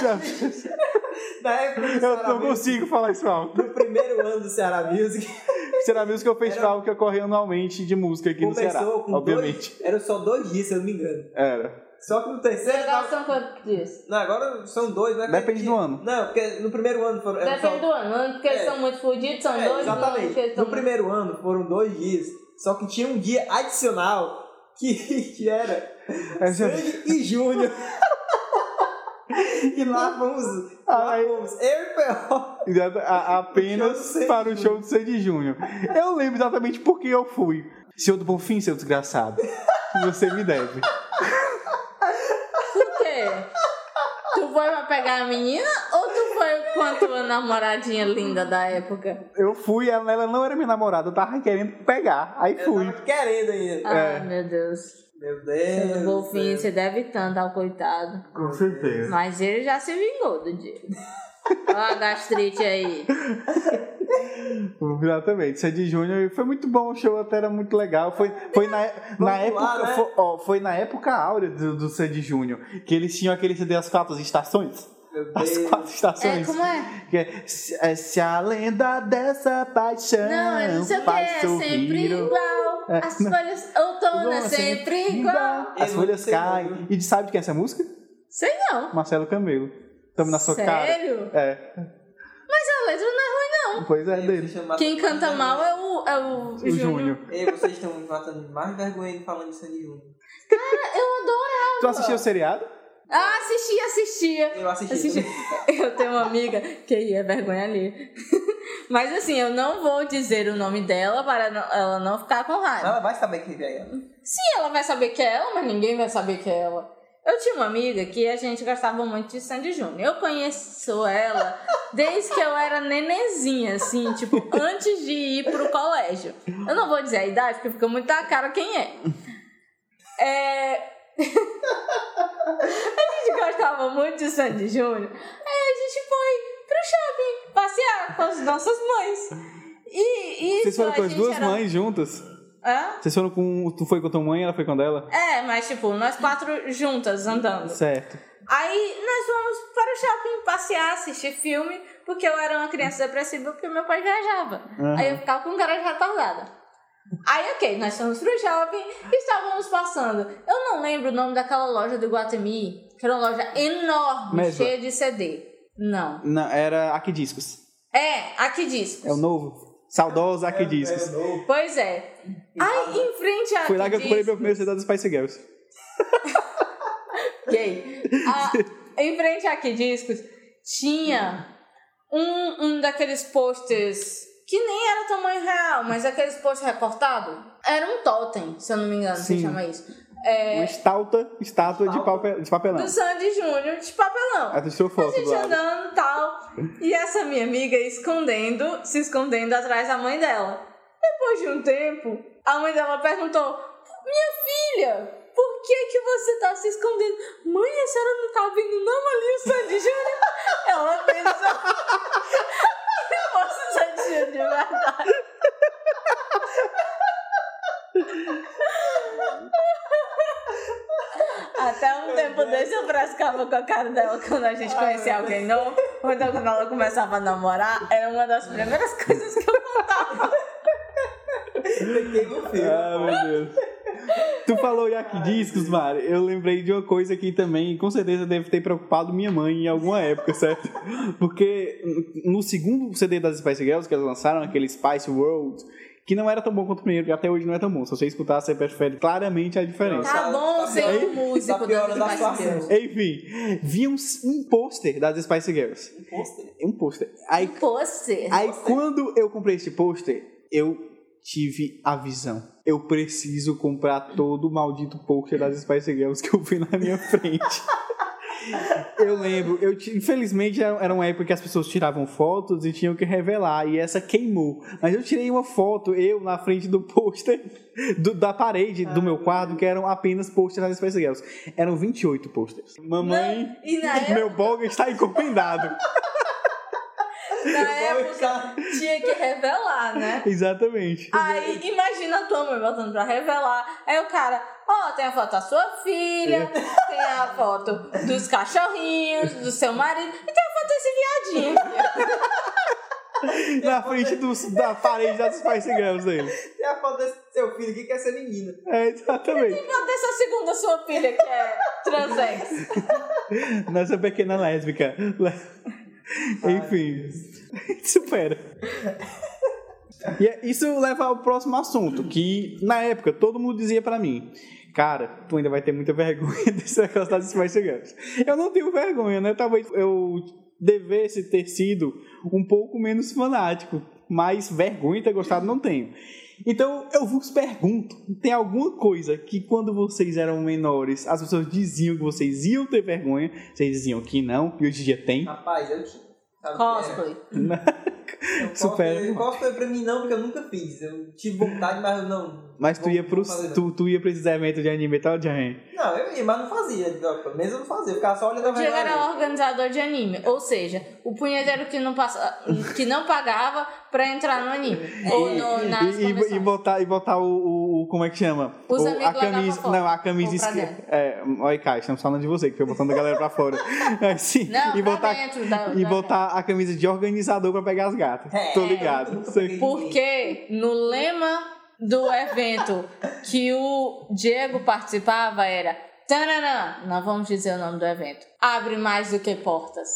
[SPEAKER 3] já,
[SPEAKER 1] [laughs]
[SPEAKER 2] Na época do
[SPEAKER 3] eu
[SPEAKER 2] Ceará
[SPEAKER 3] não
[SPEAKER 2] Music,
[SPEAKER 3] consigo falar isso alto.
[SPEAKER 2] no primeiro ano do Ceará Music, [laughs]
[SPEAKER 3] Será Music é o festival que ocorre anualmente de música aqui no Ceará.
[SPEAKER 2] começou com
[SPEAKER 3] Obviamente.
[SPEAKER 2] dois... Eram só dois dias, se eu não me engano.
[SPEAKER 3] Era.
[SPEAKER 2] Só que no terceiro...
[SPEAKER 1] Agora
[SPEAKER 2] Tava...
[SPEAKER 1] são quantos dias?
[SPEAKER 2] Não, agora são dois, né?
[SPEAKER 3] Depende
[SPEAKER 2] Porque-
[SPEAKER 3] do ano.
[SPEAKER 2] Não, porque no primeiro ano foram... eram só-
[SPEAKER 1] Depende do ano, ano porque eles
[SPEAKER 2] É.
[SPEAKER 1] são muito fodidos, são
[SPEAKER 2] É,
[SPEAKER 1] dois anos que
[SPEAKER 2] exatamente.
[SPEAKER 1] eles são
[SPEAKER 2] No primeiro ano foram dois dias, só que tinha um dia adicional que, [laughs] que era
[SPEAKER 3] Essa-
[SPEAKER 2] Sandy e Júnior. [laughs] e lá fomos, lá
[SPEAKER 3] Ai.
[SPEAKER 2] fomos eu e P.O.
[SPEAKER 3] A-
[SPEAKER 2] [laughs] O show do
[SPEAKER 3] apenas
[SPEAKER 2] Sandy
[SPEAKER 3] para o
[SPEAKER 2] Júnior.
[SPEAKER 3] show do Sandy Júnior. Eu lembro exatamente por que eu fui. Seu do Bonfim, seu desgraçado.
[SPEAKER 2] [laughs]
[SPEAKER 3] Você me deve.
[SPEAKER 1] Por quê?
[SPEAKER 2] [laughs]
[SPEAKER 1] Tu foi pra pegar a menina ou tu foi com a tua namoradinha linda da época?
[SPEAKER 3] Eu fui, ela, ela não era minha namorada, eu tava querendo pegar. Aí
[SPEAKER 2] Eu
[SPEAKER 3] fui.
[SPEAKER 2] tava querendo ainda.
[SPEAKER 1] Ah,
[SPEAKER 3] É.
[SPEAKER 1] meu Deus.
[SPEAKER 2] É, Meu
[SPEAKER 1] Sendo
[SPEAKER 2] Deus.
[SPEAKER 1] golfinho,
[SPEAKER 2] do céu.
[SPEAKER 1] você deve tanto ao coitado.
[SPEAKER 3] Com certeza.
[SPEAKER 1] Mas ele já se vingou do Diego. Olha a gastrite aí.
[SPEAKER 3] Exatamente. Sandy Júnior foi muito bom, o show até era muito legal. Foi,
[SPEAKER 2] [laughs]
[SPEAKER 3] foi, na, na
[SPEAKER 2] Vamos
[SPEAKER 3] época,
[SPEAKER 2] lá, né?
[SPEAKER 3] foi, ó, foi na época áurea do, do Sandy Júnior, que eles tinham aquele CD As Quatro Estações.
[SPEAKER 2] Meu
[SPEAKER 3] As
[SPEAKER 2] Deus.
[SPEAKER 3] Quatro
[SPEAKER 1] É,
[SPEAKER 3] Estações.
[SPEAKER 1] como é?
[SPEAKER 3] Que é, se, é, se a lenda dessa paixão
[SPEAKER 1] Não, eu não sei o que,
[SPEAKER 3] faz
[SPEAKER 1] é
[SPEAKER 3] sorrir
[SPEAKER 1] sempre
[SPEAKER 3] o-
[SPEAKER 1] igual. igual.
[SPEAKER 3] É,
[SPEAKER 1] As
[SPEAKER 3] não.
[SPEAKER 1] folhas outono é sempre igual.
[SPEAKER 3] As
[SPEAKER 2] Eu
[SPEAKER 3] folhas
[SPEAKER 2] não sei
[SPEAKER 3] caem.
[SPEAKER 2] não.
[SPEAKER 3] E sabe de quem é essa música?
[SPEAKER 1] Sei não.
[SPEAKER 3] Marcelo Camelo. Tamo na sua cara.
[SPEAKER 1] Sério?
[SPEAKER 3] É,
[SPEAKER 1] Mas a letra não é
[SPEAKER 3] pois é
[SPEAKER 2] Ei,
[SPEAKER 3] dele.
[SPEAKER 2] vocês estão matando-
[SPEAKER 1] ruim. Quem canta mal é o, é o,
[SPEAKER 3] O Júnior.
[SPEAKER 2] Ei, vocês estão me matando de mais vergonha de falando de Sandy Júnior.
[SPEAKER 1] Eu adoro.
[SPEAKER 3] Tu assistiu o seriado?
[SPEAKER 1] Ah, assistia, assistia.
[SPEAKER 2] Eu assisti.
[SPEAKER 1] Assisti. Eu tenho uma amiga que aí é vergonha ali. [laughs] Mas assim, eu não vou dizer o nome dela para não- ela não ficar com raiva.
[SPEAKER 2] Ela vai saber quem é ela.
[SPEAKER 1] Sim, ela vai saber que é ela, mas ninguém vai saber que é ela. Eu tinha uma amiga que a gente gostava muito de Sandy Júnior. Eu conheço [laughs] ela desde que eu era nenenzinha, assim, tipo, antes de ir pro colégio. Eu não vou dizer a idade, porque fica muito na cara quem é. É. [laughs] a gente gostava muito de Sandy Júnior. Aí a gente foi pro shopping passear com as nossas mães. E, e
[SPEAKER 3] Vocês foram
[SPEAKER 1] a
[SPEAKER 3] com as
[SPEAKER 1] gente
[SPEAKER 3] duas
[SPEAKER 1] era-
[SPEAKER 3] mães juntas?
[SPEAKER 1] Hã?
[SPEAKER 3] Vocês foram com. Tu foi com tua mãe ela foi com a dela?
[SPEAKER 1] É, mas tipo, nós quatro juntas andando.
[SPEAKER 3] Certo.
[SPEAKER 1] Aí nós fomos para o shopping passear, assistir filme, porque eu era uma criança depressiva porque meu pai viajava.
[SPEAKER 3] Aham.
[SPEAKER 1] Aí eu ficava com um cara de retardada. Aí, ok, nós fomos pro shopping e estávamos passando. Eu não lembro o nome daquela loja do Guatemi, que era uma loja enorme,
[SPEAKER 3] Mesma.
[SPEAKER 1] cheia de CD. Não.
[SPEAKER 3] Não, era Aqui Discos.
[SPEAKER 1] É, aqui diz.
[SPEAKER 3] É o novo. Saudosa Aqui Discos.
[SPEAKER 2] É,
[SPEAKER 1] é, Pois é. Aí, em frente a
[SPEAKER 3] Foi lá que eu
[SPEAKER 1] Aqui
[SPEAKER 3] comprei
[SPEAKER 1] Diz-
[SPEAKER 3] meu primeiro CD dos Spice Girls.
[SPEAKER 1] gay. A- em frente a que discos tinha um, um daqueles posters que nem era tamanho real, mas aqueles posters recortados. Era um totem, se eu não me engano,
[SPEAKER 3] Sim.
[SPEAKER 1] se chama isso. É,
[SPEAKER 3] Uma estalta, estátua de,
[SPEAKER 2] Estátua.
[SPEAKER 3] papel, de papelão.
[SPEAKER 1] do Sandy Júnior de papelão.
[SPEAKER 3] Aí tu tirou
[SPEAKER 1] A
[SPEAKER 3] Ah, foto do
[SPEAKER 1] gente tá-
[SPEAKER 3] lado.
[SPEAKER 1] andando e tal. E essa minha amiga escondendo, se escondendo atrás da mãe dela. Depois de um tempo, a mãe dela perguntou: Minha filha, por que que você tá se escondendo? Mãe, a senhora não tá vendo não ali o Sandy Júnior? Ela [laughs] pensou. Nossa, o Sandy Júnior né? de verdade. Até um tempo desse eu frescava com a cara dela quando a gente conhecia alguém novo. Ou então quando ela começava a namorar, era uma das primeiras [laughs] coisas que eu contava.
[SPEAKER 2] Peguei o
[SPEAKER 3] Ah, meu Deus. Tu falou em Aqui Discos, Mari. Eu lembrei de uma coisa que também, com certeza, deve ter preocupado minha mãe em alguma época, [laughs] certo? Porque no segundo CD das Spice Girls que elas lançaram, aquele Spice World, que não era tão bom quanto o primeiro, que até hoje não é tão bom. Se você escutar, você percebe claramente a diferença.
[SPEAKER 1] Tá bom ser um músico
[SPEAKER 2] Tá piorando
[SPEAKER 1] das
[SPEAKER 2] a
[SPEAKER 1] Spice
[SPEAKER 2] situação.
[SPEAKER 1] Girls.
[SPEAKER 3] Enfim, vinha um, um pôster das Spice Girls.
[SPEAKER 2] Pôster.
[SPEAKER 3] Um pôster. Aí,
[SPEAKER 1] Você. é
[SPEAKER 3] aí quando eu comprei esse pôster, eu tive a visão. Eu preciso comprar todo o maldito pôster das Spice Girls que eu vi na
[SPEAKER 1] [laughs]
[SPEAKER 3] minha frente. Eu lembro, eu ti- infelizmente era era uma época que as pessoas tiravam fotos e tinham que revelar, e essa queimou. Mas eu tirei uma foto, eu na frente do pôster, do- da parede do
[SPEAKER 1] Ah,
[SPEAKER 3] meu quadro, que eram apenas pôsteres das Spice Girls. Eram 28 pôsteres. Mamãe,
[SPEAKER 1] Não, e
[SPEAKER 3] [laughs]
[SPEAKER 1] na época-
[SPEAKER 3] meu blog
[SPEAKER 1] [laughs]
[SPEAKER 3] está encomendado.
[SPEAKER 1] Na época tinha que revelar, né?
[SPEAKER 3] Exatamente.
[SPEAKER 1] Aí imagina a tua mãe voltando pra revelar. Aí o cara, ó, tem a foto da sua filha, tem a foto dos cachorrinhos, do seu marido, e tem a foto desse viadinho.
[SPEAKER 3] [laughs] Na frente dos- da parede das Spice Girls dele.
[SPEAKER 2] Tem a foto desse seu filho que quer ser menina.
[SPEAKER 3] É, exatamente.
[SPEAKER 1] Cadê essa segunda sua filha que [laughs] é transex?
[SPEAKER 3] Nossa pequena lésbica. Le- Enfim. [laughs] Supera. E é- isso leva ao próximo assunto, que na época todo mundo dizia pra mim. Cara, tu ainda vai ter muita vergonha [laughs] desse negócio das Spice Girls. Eu não tenho vergonha, né? Talvez eu devesse ter sido um pouco menos fanático, mas vergonha de ter gostado não tenho. Então eu vos pergunto: tem alguma coisa que quando vocês eram menores as pessoas diziam que vocês iam ter vergonha, vocês diziam que não, e hoje em dia tem?
[SPEAKER 2] Rapaz, eu tinha.
[SPEAKER 1] É.
[SPEAKER 2] Sabe o que
[SPEAKER 1] Cosplay.
[SPEAKER 2] era? Eu posso-
[SPEAKER 3] Supera.
[SPEAKER 2] Eu cosplay pra mim não, porque eu nunca fiz. Eu tive vontade, mas eu não.
[SPEAKER 3] Mas tu
[SPEAKER 2] não-
[SPEAKER 3] ia,
[SPEAKER 2] não
[SPEAKER 3] pro,
[SPEAKER 2] fazia, não.
[SPEAKER 3] tu, tu ia pra esses eventos de anime e tal, Jahan?
[SPEAKER 2] Não, eu ia, mas não fazia. Não, Pelo menos eu não fazia. Eu ficava só olhando a
[SPEAKER 1] O Diego
[SPEAKER 2] vergonha.
[SPEAKER 1] era organizador de anime, ou seja, o punheteiro que não, passa, que não pagava pra entrar no anime. Ou no, nas
[SPEAKER 3] E, e, e
[SPEAKER 1] convenções.
[SPEAKER 3] botar, e botar o, o- o- Como é que chama?
[SPEAKER 1] Os
[SPEAKER 3] O-
[SPEAKER 1] amigos
[SPEAKER 3] a
[SPEAKER 1] lá pra
[SPEAKER 3] camisa.
[SPEAKER 1] fora.
[SPEAKER 3] Não, a camisa
[SPEAKER 1] Ou pra
[SPEAKER 3] esquerda.
[SPEAKER 1] dentro.
[SPEAKER 3] É, olha cá, estamos falando de você, que foi botando a galera pra fora. [laughs] É, sim.
[SPEAKER 1] Não,
[SPEAKER 3] e
[SPEAKER 1] pra
[SPEAKER 3] botar,
[SPEAKER 1] dentro da-
[SPEAKER 3] E
[SPEAKER 1] da-
[SPEAKER 3] botar a camisa de organizador pra pegar as gatas.
[SPEAKER 2] É.
[SPEAKER 3] Tô ligado. Sei.
[SPEAKER 1] Porque no lema do evento que o Diego participava era. Tananã, não vamos dizer o nome do evento. Abre mais do que portas.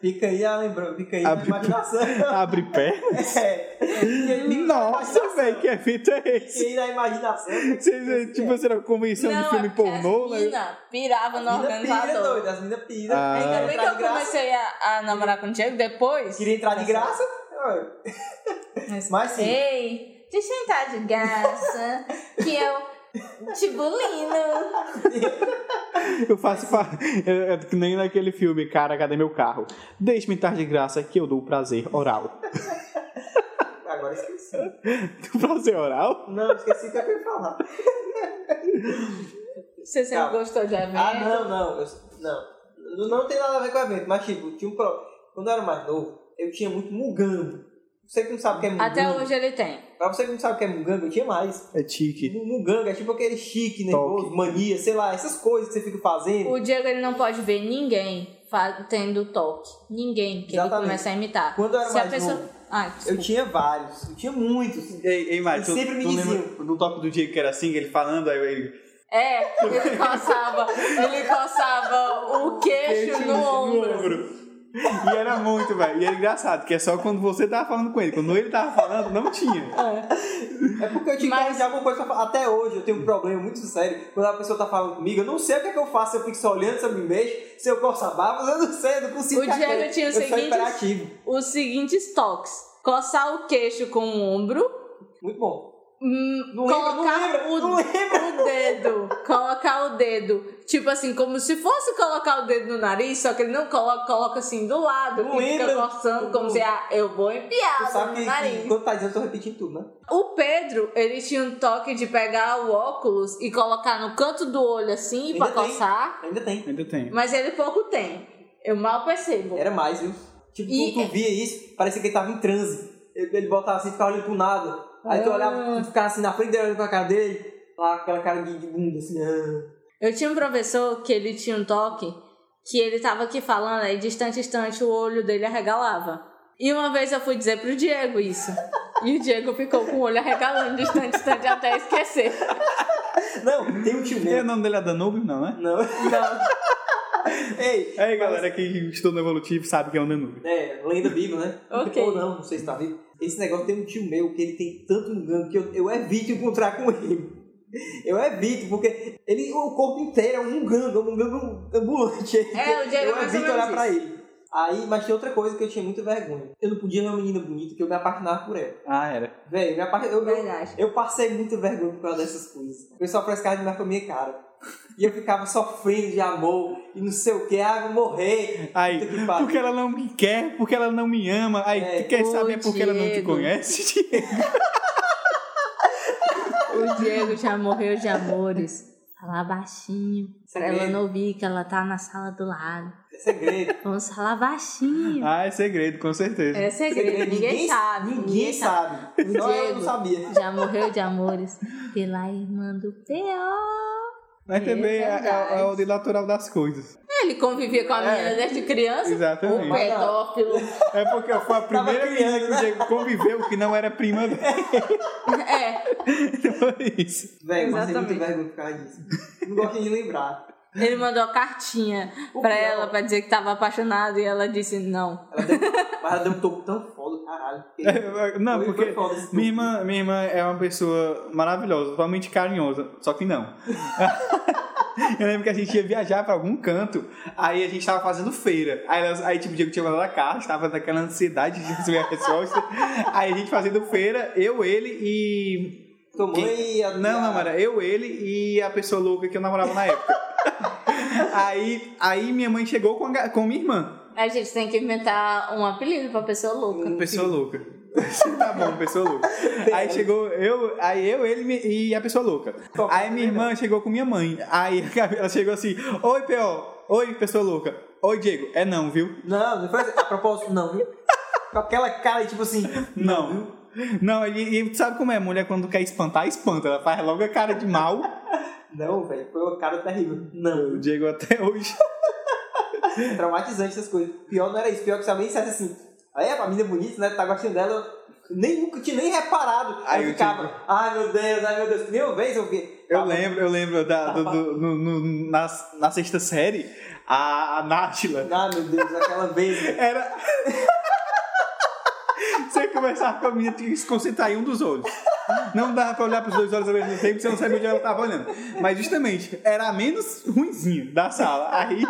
[SPEAKER 2] Fica aí a lembrança, fica aí
[SPEAKER 3] Abre-
[SPEAKER 2] a imaginação.
[SPEAKER 3] Abre pé.
[SPEAKER 2] É. E aí,
[SPEAKER 3] Nossa, velho, que evento é
[SPEAKER 2] E
[SPEAKER 3] esse?
[SPEAKER 2] aí na imaginação. assim,
[SPEAKER 3] Vocês, tipo, você era convenção de
[SPEAKER 1] não,
[SPEAKER 3] filme
[SPEAKER 1] é porque
[SPEAKER 3] pornô,
[SPEAKER 1] as
[SPEAKER 3] né?
[SPEAKER 1] mina pirava né, no
[SPEAKER 2] Mina pira,
[SPEAKER 1] organizador.
[SPEAKER 2] doido. As minas pira.
[SPEAKER 3] Ah.
[SPEAKER 2] Aí
[SPEAKER 1] Ainda bem
[SPEAKER 2] quer
[SPEAKER 1] que
[SPEAKER 2] entrar
[SPEAKER 1] eu
[SPEAKER 2] de graça.
[SPEAKER 1] comecei a, a namorar com o Diego depois.
[SPEAKER 2] Queria entrar de graça. ó. Mas sim.
[SPEAKER 1] Ei, deixa eu entrar de graça, que eu te bulino.
[SPEAKER 3] [laughs] Eu faço. pa- É, é que nem naquele filme, cara, cadê meu carro? Deixe-me estar de graça que eu dou prazer oral. [laughs]
[SPEAKER 1] É.
[SPEAKER 2] Agora esqueci.
[SPEAKER 3] prazer oral?
[SPEAKER 2] Não, esqueci o que eu ia falar.
[SPEAKER 1] Você sempre
[SPEAKER 2] Calma.
[SPEAKER 1] gostou de evento?
[SPEAKER 2] Ah, não, não. eu- não. Não, não tem nada a ver com o evento, mas tipo, tinha um pro... Quando eu era mais novo, eu tinha muito mugambo. Você que não sabe o que é mugambo.
[SPEAKER 1] Até hoje ele tem.
[SPEAKER 2] Pra você que não sabe o que é mugambo, eu tinha mais.
[SPEAKER 3] É tique.
[SPEAKER 2] Muganga é tipo aquele chique,
[SPEAKER 3] Toque.
[SPEAKER 2] nervoso, mania, sei lá, essas coisas que você fica fazendo.
[SPEAKER 1] O Diego ele não pode ver ninguém fa- tendo toque. Ninguém que ele
[SPEAKER 2] Exatamente.
[SPEAKER 1] começa a imitar.
[SPEAKER 2] Quando eu era
[SPEAKER 1] Se a
[SPEAKER 2] mais
[SPEAKER 1] pessoa.
[SPEAKER 2] novo,
[SPEAKER 1] Ai,
[SPEAKER 2] Eu
[SPEAKER 1] desculpa.
[SPEAKER 2] tinha vários, eu tinha muitos.
[SPEAKER 3] Ei, ei
[SPEAKER 1] É
[SPEAKER 3] Mari,
[SPEAKER 2] E
[SPEAKER 3] tu,
[SPEAKER 2] sempre me
[SPEAKER 3] tu
[SPEAKER 2] diziam.
[SPEAKER 3] lembra do toque do Diego que era assim, ele falando, aí ele...
[SPEAKER 1] É, ele coçava, ele coçava o queixo,
[SPEAKER 3] Queixo
[SPEAKER 1] no, ombro.
[SPEAKER 3] E era muito, velho. E era engraçado, que é só quando você tava falando com ele. Quando ele tava falando, não tinha.
[SPEAKER 2] É porque eu tinha
[SPEAKER 1] Mas-
[SPEAKER 2] que arranjar alguma coisa pra falar. Até hoje eu tenho um problema muito sério. Quando a pessoa tá falando comigo, eu não sei o que é que eu faço, se eu fico só olhando, se eu me mexo, se eu corto a barba, eu não sei, eu não consigo.
[SPEAKER 1] O
[SPEAKER 2] ficar
[SPEAKER 1] Diego
[SPEAKER 2] quieto.
[SPEAKER 1] tinha o
[SPEAKER 2] Eu sou
[SPEAKER 1] seguinte-
[SPEAKER 2] imperativo.
[SPEAKER 1] Os seguintes toques: coçar o queixo com o ombro,
[SPEAKER 2] Muito bom.
[SPEAKER 1] hum,
[SPEAKER 2] Não lembra, não
[SPEAKER 1] colocar
[SPEAKER 2] lembra,
[SPEAKER 1] o
[SPEAKER 2] não lembra.
[SPEAKER 1] [laughs] o dedo, colocar o dedo, tipo assim, como se fosse colocar o dedo no nariz, só que ele não coloca, coloca assim do lado,
[SPEAKER 2] Não
[SPEAKER 1] e fica
[SPEAKER 2] lembra?
[SPEAKER 1] coçando, como
[SPEAKER 2] Não.
[SPEAKER 1] se, ah, eu vou enfiar
[SPEAKER 2] Tu
[SPEAKER 1] o dedo
[SPEAKER 2] sabe
[SPEAKER 1] no
[SPEAKER 2] que,
[SPEAKER 1] nariz.
[SPEAKER 2] que quando tá dizendo, eu tô repetindo tudo, né?
[SPEAKER 1] O Pedro, ele tinha um toque de pegar o óculos e colocar no canto do olho assim,
[SPEAKER 2] Ainda
[SPEAKER 1] pra
[SPEAKER 2] tem.
[SPEAKER 1] coçar,
[SPEAKER 2] Ainda tem.
[SPEAKER 3] Ainda tem.
[SPEAKER 1] mas ele pouco tem, eu mal percebo.
[SPEAKER 2] Era mais, viu? Tipo,
[SPEAKER 1] E- é
[SPEAKER 2] tu, tu via isso, parecia que ele tava em transe. Ele, ele botava assim, ficava olhando pro nada. Aí tu
[SPEAKER 1] Ah.
[SPEAKER 2] olhava, tu ficava assim na frente dele, olhando pra cara dele. Lá, aquela cara de, de bunda, assim. ah.
[SPEAKER 1] Eu tinha um professor que ele tinha um toque que ele tava aqui falando, aí distante, distante, o olho dele arregalava. E uma vez eu fui dizer pro Diego isso. E o Diego ficou com o olho arregalando, distante, distante, até esquecer.
[SPEAKER 2] Não, tem um tio
[SPEAKER 3] E o
[SPEAKER 2] meu.
[SPEAKER 3] nome dele é Danúbio, não, né?
[SPEAKER 2] Não. [laughs] Ei,
[SPEAKER 3] Aí, galera que estudou no Evolutivo sabe que é um Danúbio.
[SPEAKER 2] É, lenda viva, né?
[SPEAKER 1] Ok.
[SPEAKER 2] Ou não, não sei se tá vivo. Esse negócio tem um tio meu que ele tem tanto engano que eu, eu evito encontrar com ele. Eu evito, porque ele, o corpo inteiro é um gango, é um gango ambulante.
[SPEAKER 1] É, o Diego é
[SPEAKER 2] Eu
[SPEAKER 1] mais
[SPEAKER 2] evito
[SPEAKER 1] ou menos
[SPEAKER 2] olhar pra ele. Aí, mas tinha outra coisa que eu tinha muita vergonha. Eu não podia ver uma menina bonita que eu me apaixonava por ela.
[SPEAKER 3] Ah, era.
[SPEAKER 2] Velho, me apa- eu, eu,
[SPEAKER 1] Verdade.
[SPEAKER 2] eu passei muita vergonha por causa dessas coisas. O pessoal faz cara de mar com a minha cara. E eu ficava sofrendo de amor e não sei o que, ah, vou morrer.
[SPEAKER 3] Aí,
[SPEAKER 2] Puta que pariu.
[SPEAKER 3] porque ela não me quer, porque ela não me ama. Aí,
[SPEAKER 2] É.
[SPEAKER 3] tu quer
[SPEAKER 1] Ô,
[SPEAKER 3] saber porque ela não te
[SPEAKER 1] Diego.
[SPEAKER 3] conhece? [laughs]
[SPEAKER 1] O Diego já morreu de amores. Falar baixinho, pra ela não ouvir que ela tá na sala do lado.
[SPEAKER 2] É segredo.
[SPEAKER 1] Vamos falar baixinho.
[SPEAKER 3] ah, é segredo, com certeza.
[SPEAKER 1] É segredo, ninguém sabe.
[SPEAKER 2] Ninguém sabe.
[SPEAKER 1] O
[SPEAKER 2] Só eu
[SPEAKER 1] Diego.
[SPEAKER 2] não sabia.
[SPEAKER 1] Já morreu de amores pela irmã do P.O.
[SPEAKER 3] Mas
[SPEAKER 1] É
[SPEAKER 3] também é,
[SPEAKER 1] verdade.
[SPEAKER 3] é- é o de natural das coisas.
[SPEAKER 1] Ele convivia com a menina
[SPEAKER 3] É.
[SPEAKER 1] desde criança.
[SPEAKER 3] Exatamente.
[SPEAKER 1] O pedófilo.
[SPEAKER 3] É porque foi a primeira menina que o Diego conviveu que não era prima dele. [laughs]
[SPEAKER 1] É,
[SPEAKER 3] Então é isso.
[SPEAKER 2] Velho, mas tem
[SPEAKER 1] Exatamente.
[SPEAKER 2] muita vergonha por causa disso. Não gosto de lembrar.
[SPEAKER 1] ele mandou a cartinha
[SPEAKER 2] O
[SPEAKER 1] pra
[SPEAKER 2] pior.
[SPEAKER 1] ela pra dizer que tava apaixonado e ela disse não.
[SPEAKER 2] Ela deu, mas ela deu um toco tão foda, caralho. porque-
[SPEAKER 3] É, Não,
[SPEAKER 2] foi-
[SPEAKER 3] porque
[SPEAKER 2] foi foda esse toco.
[SPEAKER 3] minha irmã, minha irmã é uma pessoa maravilhosa, totalmente carinhosa, só que não. [laughs] Eu lembro que a gente ia viajar pra algum canto, aí a gente tava fazendo feira. Aí, elas- aí tipo, o Diego tinha mandado a carta, tava naquela ansiedade de receber a resposta. [laughs] Aí a gente fazendo feira, eu, ele e
[SPEAKER 2] Tua mãe e a.
[SPEAKER 3] Não, não, era eu, ele e a pessoa louca que eu namorava na época. [laughs] aí, aí minha mãe chegou com, a, ga- com minha irmã.
[SPEAKER 1] A gente tem que inventar um apelido pra pessoa louca.
[SPEAKER 3] Pessoa louca. [laughs] tá bom, pessoa louca. Aí chegou eu, aí eu, ele mi- e a pessoa louca. Aí minha irmã chegou com minha mãe. Aí ela chegou assim: Oi, P.O. Oi, pessoa louca. Oi, Diego. É não, viu?
[SPEAKER 2] Não, não foi assim. A propósito, não, viu? Com aquela cara, tipo assim.
[SPEAKER 3] Não. Não, e, e sabe como é? A mulher quando quer espantar, espanta. Ela faz logo a cara de mal.
[SPEAKER 2] Não, velho, foi uma cara terrível.
[SPEAKER 3] O
[SPEAKER 2] Não.
[SPEAKER 3] Diego até hoje.
[SPEAKER 2] Traumatizante essas coisas. Pior não era isso. Pior que se alguém dissesse assim. Aí a menina bonita, né? Tá gostando dela. Nem, nunca tinha nem reparado.
[SPEAKER 4] Aí
[SPEAKER 2] Aí eu
[SPEAKER 4] eu
[SPEAKER 2] ficava, ai meu Deus, ai meu Deus, que nem uma vez eu vi.
[SPEAKER 3] tipo- Eu
[SPEAKER 2] Tava-
[SPEAKER 3] lembro, eu lembro da, do, do- no- no- na, na sexta série, a, a Nátila
[SPEAKER 2] Ah, meu Deus, aquela vez. É,
[SPEAKER 3] era. [laughs] Você conversava com a menina, tinha que se concentrar em um dos olhos. Não dava pra olhar pros dois olhos ao mesmo tempo, você não sabia onde ela tava olhando. Mas justamente, era a menos ruinzinha da sala. Aí,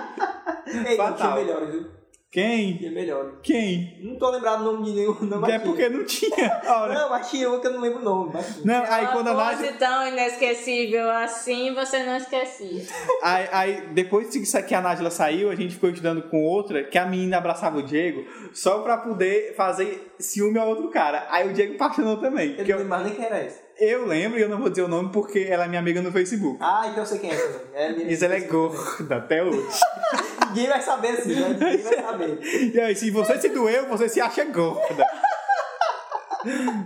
[SPEAKER 2] Ei, não, tinha
[SPEAKER 3] Fatal.
[SPEAKER 2] melhores, viu?
[SPEAKER 3] quem?
[SPEAKER 2] Tinha melhores.
[SPEAKER 3] Quem?
[SPEAKER 2] Não tô lembrado o nome de nenhum, não, mas
[SPEAKER 3] É
[SPEAKER 2] tinha.
[SPEAKER 3] porque não tinha. a Hora.
[SPEAKER 2] Não, mas tinha um que eu não lembro o nome, mas tinha.
[SPEAKER 3] Não, aí
[SPEAKER 1] Uma
[SPEAKER 3] quando a
[SPEAKER 1] pose
[SPEAKER 3] Nádia.
[SPEAKER 1] tão inesquecível assim, você não esquecia.
[SPEAKER 2] [laughs]
[SPEAKER 3] Aí, aí, depois que que a Nájila saiu, a gente ficou estudando com outra, que a menina abraçava o Diego só pra poder fazer ciúme ao outro cara. Aí o Diego apaixonou também.
[SPEAKER 2] Eu
[SPEAKER 3] que
[SPEAKER 2] não
[SPEAKER 3] eu,
[SPEAKER 2] lembro mais nem quem era esse.
[SPEAKER 3] eu lembro e eu não vou dizer o nome porque ela é minha amiga no Facebook.
[SPEAKER 2] Ah, então eu sei quem é essa. né? É, menina.
[SPEAKER 3] Mas ela é gorda até hoje.
[SPEAKER 2] Ninguém vai saber assim, né? Ninguém vai saber.
[SPEAKER 3] E aí, se você se doeu, você se acha gorda.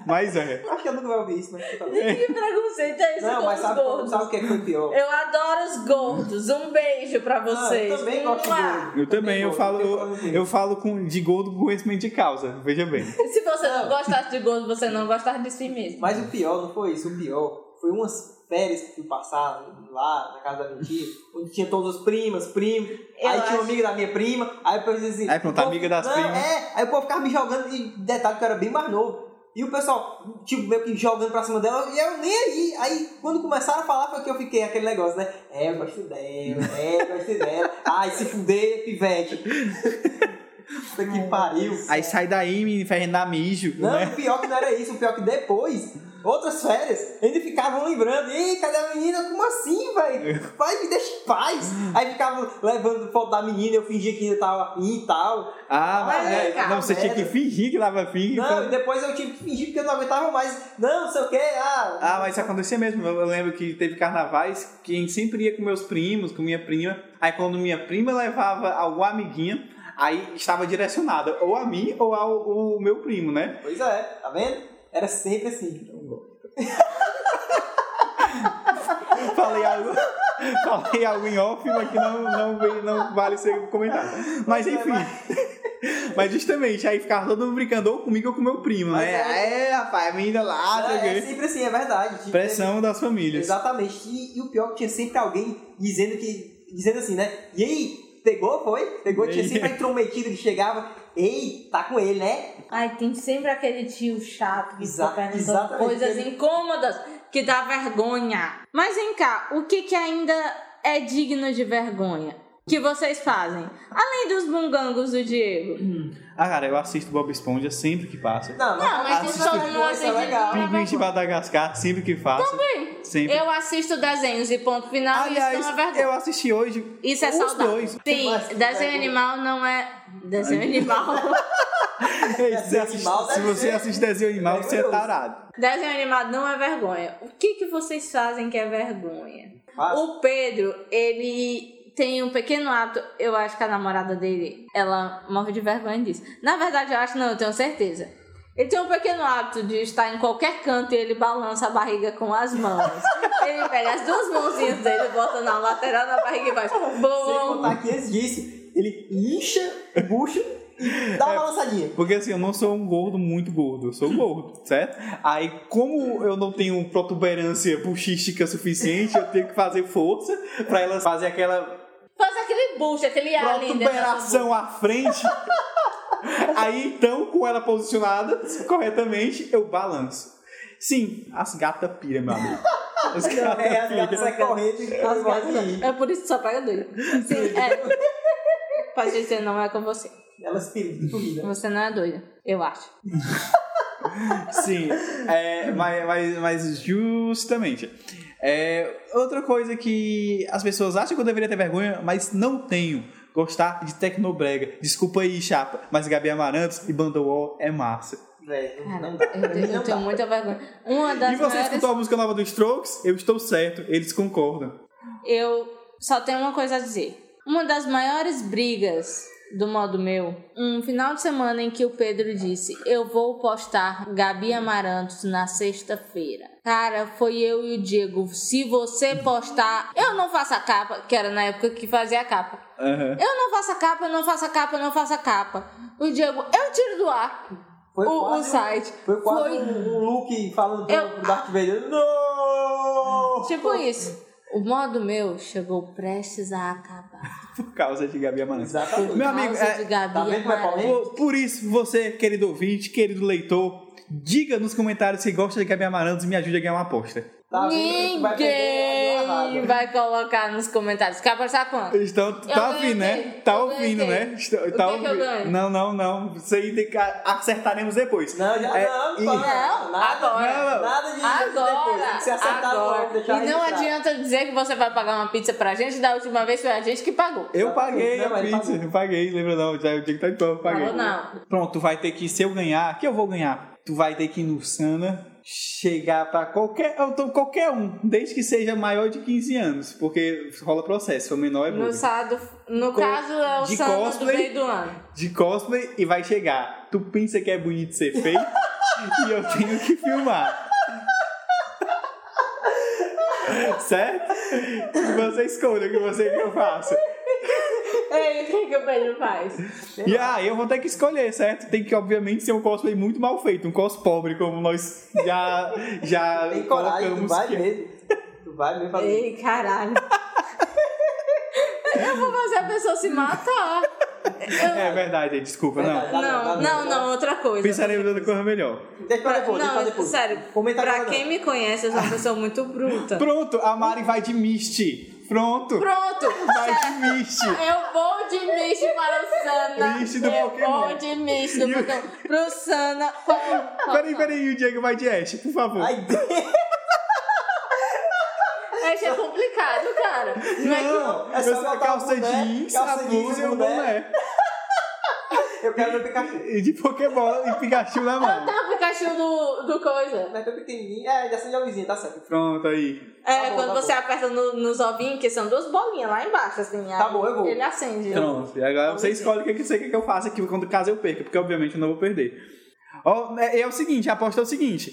[SPEAKER 3] Mas é.
[SPEAKER 2] Acho que eu nunca vai ouvir isso, né?
[SPEAKER 1] que preconceito é esse
[SPEAKER 2] Não,
[SPEAKER 1] com
[SPEAKER 2] mas
[SPEAKER 1] os
[SPEAKER 2] sabe,
[SPEAKER 1] É gordos?
[SPEAKER 2] sabe o que é que foi pior?
[SPEAKER 1] Eu adoro os gordos. Um beijo pra vocês.
[SPEAKER 2] Ah, eu também gosto de
[SPEAKER 1] Mua!
[SPEAKER 2] gordo.
[SPEAKER 3] Eu também, eu falo, eu,
[SPEAKER 2] eu-
[SPEAKER 3] eu falo com, de gordo com conhecimento de causa. Veja bem.
[SPEAKER 1] Se você não
[SPEAKER 2] Não.
[SPEAKER 1] gostasse de gordo, você não gostasse de si mesmo.
[SPEAKER 2] Mas o pior não foi isso, o pior foi umas férias que fui passar lá na casa da minha tia, onde tinha todas as primas, primos,
[SPEAKER 1] Eu
[SPEAKER 2] aí tinha um
[SPEAKER 1] acho-
[SPEAKER 2] uma amiga da minha prima, aí eu dizia assim.
[SPEAKER 3] Aí pronto,
[SPEAKER 2] o povo-
[SPEAKER 3] amiga das
[SPEAKER 2] não,
[SPEAKER 3] primas.
[SPEAKER 2] É, aí o povo ficava me jogando, e detalhe que eu era bem mais novo. E o pessoal, tipo, meio que jogando pra cima dela, e eu nem aí. Aí quando começaram a falar foi que eu fiquei aquele negócio, né? É, eu gosto dela, é, eu gosto dela. Ai, se fuder, pivete. [laughs] Puta que pariu.
[SPEAKER 3] Aí sai daí, me enferrendo mijo,
[SPEAKER 2] Não,
[SPEAKER 3] né?
[SPEAKER 2] o pior que não era isso, o pior que depois, outras férias, ainda ficavam lembrando, ei, cadê a menina? Como assim, velho? Vai, me deixa em paz. Aí ficavam levando foto da menina, eu fingia que ainda tava afim e tal.
[SPEAKER 3] Ah,
[SPEAKER 2] Vai,
[SPEAKER 3] mas é,
[SPEAKER 2] cara,
[SPEAKER 3] não, você tinha que
[SPEAKER 2] merda.
[SPEAKER 3] fingir que tava afim. então.
[SPEAKER 2] Não,
[SPEAKER 3] pra-
[SPEAKER 2] e depois eu tive que fingir porque eu não aguentava mais. Não, não sei o que, ah.
[SPEAKER 3] Ah, mas isso acontecia mesmo. Eu eu lembro que teve carnavais que a gente sempre ia com meus primos, com minha prima. Aí quando minha prima levava algum amiguinho, aí estava direcionada ou a mim ou ao, ao meu primo, né?
[SPEAKER 2] Pois é, tá vendo? Era sempre assim.
[SPEAKER 3] Falei algo, [laughs] falei algo em off, mas que não, não, veio- não vale ser comentado.
[SPEAKER 2] Pois
[SPEAKER 3] Mas
[SPEAKER 2] é,
[SPEAKER 3] enfim.
[SPEAKER 2] mas-
[SPEAKER 3] Mas justamente, aí ficava todo mundo brincando ou comigo ou com meu primo,
[SPEAKER 2] Mas
[SPEAKER 3] né?
[SPEAKER 2] é-
[SPEAKER 3] É, rapaz, a menina lá, tá
[SPEAKER 2] é, é
[SPEAKER 3] ligado?
[SPEAKER 2] sempre assim, é verdade. Tipo,
[SPEAKER 3] pressão das famílias.
[SPEAKER 2] Exatamente. E, e o pior é que tinha sempre alguém dizendo que. dizendo assim, né? E aí, pegou, foi? Pegou, tinha
[SPEAKER 3] E aí?
[SPEAKER 2] sempre a intrometida que chegava. Ei, tá com ele, né?
[SPEAKER 1] Ai, tem sempre aquele tio chato que
[SPEAKER 2] Exa-
[SPEAKER 1] fica perguntando
[SPEAKER 2] exatamente.
[SPEAKER 1] coisas incômodas que dá vergonha. Mas vem cá, o que, que ainda é digno de vergonha? Que vocês fazem? Além dos bungangos do Diego.
[SPEAKER 3] Ah, cara, eu assisto Bob Esponja sempre que passa.
[SPEAKER 2] Não,
[SPEAKER 1] Não, mas
[SPEAKER 2] assiste
[SPEAKER 1] isso não
[SPEAKER 2] depois,
[SPEAKER 1] assiste
[SPEAKER 2] é legal.
[SPEAKER 1] não.
[SPEAKER 3] Pinguim de Madagascar sempre que passa. Também. Sempre.
[SPEAKER 1] Eu assisto desenhos e ponto final e
[SPEAKER 3] Aliás,
[SPEAKER 1] isso não é vergonha.
[SPEAKER 3] eu assisti hoje.
[SPEAKER 1] Isso é
[SPEAKER 3] os
[SPEAKER 1] saudável.
[SPEAKER 3] dois. [laughs]
[SPEAKER 1] Sim,
[SPEAKER 2] Mas que
[SPEAKER 1] desenho
[SPEAKER 2] vergonha.
[SPEAKER 1] animal não é. Desenho
[SPEAKER 3] [laughs]
[SPEAKER 1] animal.
[SPEAKER 3] Ei, se você
[SPEAKER 2] Desenho
[SPEAKER 3] assiste-
[SPEAKER 2] animal
[SPEAKER 3] se
[SPEAKER 2] deve
[SPEAKER 3] você
[SPEAKER 2] ser
[SPEAKER 3] assiste desenho animal, você é
[SPEAKER 2] vergonhoso.
[SPEAKER 3] tarado.
[SPEAKER 1] desenho animado não é vergonha. O que, que vocês fazem que é vergonha?
[SPEAKER 2] Mas-
[SPEAKER 1] O Pedro, ele tem um pequeno ato. Eu acho que a namorada dele, ela morre de vergonha disso. Na verdade, eu acho, não, eu tenho certeza. Ele tem um pequeno hábito de estar em qualquer canto e ele balança a barriga com as
[SPEAKER 2] [laughs]
[SPEAKER 1] mãos. ele pega as duas mãozinhas dele, bota na lateral da barriga e faz.
[SPEAKER 2] Sem
[SPEAKER 1] Bom,
[SPEAKER 2] contar que antes disso, ele incha, bucha e
[SPEAKER 3] É.
[SPEAKER 2] dá uma
[SPEAKER 3] [laughs]
[SPEAKER 2] balançadinha.
[SPEAKER 3] Porque assim, eu não sou um gordo muito gordo. Eu sou gordo, [laughs] certo? Aí, como eu não tenho protuberância buchística suficiente, eu tenho que fazer força pra ela fazer aquela
[SPEAKER 1] faz aquele bucho, aquele ar né, ali. dentro da sua
[SPEAKER 3] protuberação à frente. Aí, então, com ela posicionada corretamente, eu balanço. Sim, as gatas pira, meu amigo. As gatas
[SPEAKER 2] É, as gatas
[SPEAKER 3] pira.
[SPEAKER 2] saem correndo e as vozes
[SPEAKER 1] É por isso que só pega dois. Sim, é.
[SPEAKER 2] [laughs]
[SPEAKER 1] Pode dizer, não é com você.
[SPEAKER 2] Elas piram de comida.
[SPEAKER 1] Você não é doida, eu acho.
[SPEAKER 3] Sim, é, mas, mas, mas justamente. É, outra coisa que as pessoas acham que eu deveria ter vergonha, mas não tenho. Gostar de Tecnobrega. Desculpa aí, chapa, mas Gabi Amarantos e Banda UOL é massa.
[SPEAKER 2] Velho,
[SPEAKER 1] Cara,
[SPEAKER 2] não dá. Pra
[SPEAKER 1] eu,
[SPEAKER 2] mim
[SPEAKER 1] tenho- eu
[SPEAKER 2] não
[SPEAKER 1] tenho
[SPEAKER 2] dá.
[SPEAKER 1] muita vergonha. Uma das
[SPEAKER 3] e você
[SPEAKER 1] maiores-
[SPEAKER 3] escutou a música nova do Strokes? Eu estou certo, eles concordam.
[SPEAKER 1] Eu só tenho uma coisa a dizer. Uma das maiores brigas do modo meu, um final de semana em que o Pedro disse: Eu vou postar Gabi Amarantos na sexta-feira. Cara, foi eu e o Diego. Se você postar, eu não faço a capa, que era na época que fazia a capa.
[SPEAKER 3] Aham.
[SPEAKER 1] Eu não faço a capa, eu não faço a capa, eu não faço a capa. O Diego, eu tiro do ar
[SPEAKER 2] Foi
[SPEAKER 1] o, o
[SPEAKER 2] quase, um-
[SPEAKER 1] site.
[SPEAKER 2] Foi quase
[SPEAKER 1] Foi-
[SPEAKER 2] Um, um Luke falando pro,
[SPEAKER 1] Eu-
[SPEAKER 2] pro Darth Vader. Não!
[SPEAKER 1] Tipo isso. O modo meu chegou prestes a acabar.
[SPEAKER 3] Por causa de Gabi Amarantos.
[SPEAKER 2] Exatamente.
[SPEAKER 3] Meu amigo,
[SPEAKER 1] Causa
[SPEAKER 3] é-
[SPEAKER 1] de Gabi
[SPEAKER 2] tá vendo como é
[SPEAKER 1] Amaral.
[SPEAKER 2] polêmico?
[SPEAKER 3] Por- Por isso, você, querido ouvinte, querido leitor, diga nos comentários se gosta de Gabi Amarantos e me ajude a ganhar uma aposta.
[SPEAKER 2] Tá vendo? Vai perder é a vaga.
[SPEAKER 1] Ninguém vai colocar nos comentários. Quer apostar quanto?
[SPEAKER 3] Então,
[SPEAKER 1] Eu
[SPEAKER 3] tá
[SPEAKER 1] ganhei,
[SPEAKER 3] ouvindo, né? Tá
[SPEAKER 1] eu
[SPEAKER 3] ouvindo,
[SPEAKER 1] ganhei.
[SPEAKER 3] né? Está-
[SPEAKER 1] O
[SPEAKER 3] Tá
[SPEAKER 1] que que eu
[SPEAKER 3] ouvindo.
[SPEAKER 1] ganho?
[SPEAKER 3] Não, não, não. Isso aí tem que a- acertaremos depois.
[SPEAKER 2] Não, já
[SPEAKER 3] É,
[SPEAKER 2] não,
[SPEAKER 3] e-
[SPEAKER 2] não,
[SPEAKER 1] Não,
[SPEAKER 2] nada,
[SPEAKER 1] agora.
[SPEAKER 2] Nada de depois. Tem
[SPEAKER 1] Agora,
[SPEAKER 2] que ser acertado logo,
[SPEAKER 1] agora.
[SPEAKER 2] deixar
[SPEAKER 1] E não
[SPEAKER 2] registrado.
[SPEAKER 1] adianta dizer que você vai pagar uma pizza pra gente. Da última vez foi a gente que pagou.
[SPEAKER 3] Eu paguei
[SPEAKER 2] Não,
[SPEAKER 3] a
[SPEAKER 2] ele
[SPEAKER 3] pizza,
[SPEAKER 2] pagou.
[SPEAKER 3] eu paguei, lembra não, já, o dia que tá em pau, eu paguei.
[SPEAKER 1] Falou não.
[SPEAKER 3] Pronto, tu vai ter que, se eu ganhar, que eu vou ganhar? Tu vai ter que ir no Sana, chegar pra qualquer, eu tô- qualquer um, desde que seja maior de 15 anos, porque rola processo, se for menor é bom.
[SPEAKER 1] No, sábado, no
[SPEAKER 3] Co-
[SPEAKER 1] caso, é o
[SPEAKER 3] de
[SPEAKER 1] sábado do
[SPEAKER 3] cosplay.
[SPEAKER 1] meio do ano.
[SPEAKER 3] De cosplay e vai chegar. Tu pensa que é bonito ser
[SPEAKER 2] [laughs]
[SPEAKER 3] feio e eu tenho que filmar. Certo? E você escolha o que você quer que eu faça.
[SPEAKER 1] Ei, o que, que o Pedro faz?
[SPEAKER 3] E aí eu vou ter que escolher, certo? Tem que, obviamente, ser um cosplay muito mal feito, um cos pobre, como nós já, já
[SPEAKER 2] [laughs] Tem coragem, tu
[SPEAKER 3] colocamos.
[SPEAKER 2] vai
[SPEAKER 3] que-
[SPEAKER 2] mesmo. Tu vai mesmo fazer.
[SPEAKER 1] Ei, caralho. Eu vou fazer a pessoa se matar.
[SPEAKER 3] É verdade, desculpa,
[SPEAKER 2] Verdade.
[SPEAKER 3] não.
[SPEAKER 1] Não, não, não, outra coisa.
[SPEAKER 3] Pensarei em outra coisa melhor.
[SPEAKER 2] Deixa pra depois, deixa pra
[SPEAKER 1] Não,
[SPEAKER 2] depois.
[SPEAKER 1] sério,
[SPEAKER 2] Comentário
[SPEAKER 1] pra
[SPEAKER 2] não.
[SPEAKER 1] quem me conhece, eu sou uma pessoa muito bruta.
[SPEAKER 3] Pronto, a Mari vai de Misty. Pronto,
[SPEAKER 1] Pronto!
[SPEAKER 3] vai de Misty.
[SPEAKER 1] Eu vou de Mist para o Sana.
[SPEAKER 3] Mist do
[SPEAKER 1] eu
[SPEAKER 3] Pokémon.
[SPEAKER 1] vou de Mist do
[SPEAKER 3] E o-
[SPEAKER 1] Pokémon. Pro Sana. Qual- qual-
[SPEAKER 3] Peraí, peraí, o Diego vai de Ash, por favor.
[SPEAKER 2] Ai, Deus.
[SPEAKER 1] Acho é complicado, cara. Não é que-
[SPEAKER 3] Não,
[SPEAKER 2] é
[SPEAKER 3] eu
[SPEAKER 2] só
[SPEAKER 3] sou a
[SPEAKER 2] botar
[SPEAKER 3] calça
[SPEAKER 2] um boné,
[SPEAKER 3] jeans,
[SPEAKER 2] calça
[SPEAKER 3] a
[SPEAKER 2] jeans,
[SPEAKER 3] blusa e o
[SPEAKER 2] boné.
[SPEAKER 3] boné.
[SPEAKER 2] Eu quero meu Pikachu.
[SPEAKER 3] E de Pokébola e Pikachu na
[SPEAKER 1] Ah,
[SPEAKER 3] mão.
[SPEAKER 1] tá, o Pikachu do, do coisa.
[SPEAKER 2] Mas que pequenininho. É, já acende a luzinha, tá certo.
[SPEAKER 3] Pronto, aí.
[SPEAKER 1] É,
[SPEAKER 2] Tá bom,
[SPEAKER 1] quando
[SPEAKER 2] tá
[SPEAKER 1] você aperta no, nos ovinhos, que são duas bolinhas lá embaixo, assim.
[SPEAKER 2] Tá
[SPEAKER 1] aí
[SPEAKER 2] bom, eu vou.
[SPEAKER 1] Ele acende.
[SPEAKER 3] Pronto. E agora você escolhe o que que você quer que eu faça aqui, quando caso eu perca, porque obviamente eu não vou perder. Ó, é, é o seguinte, a aposta é o seguinte.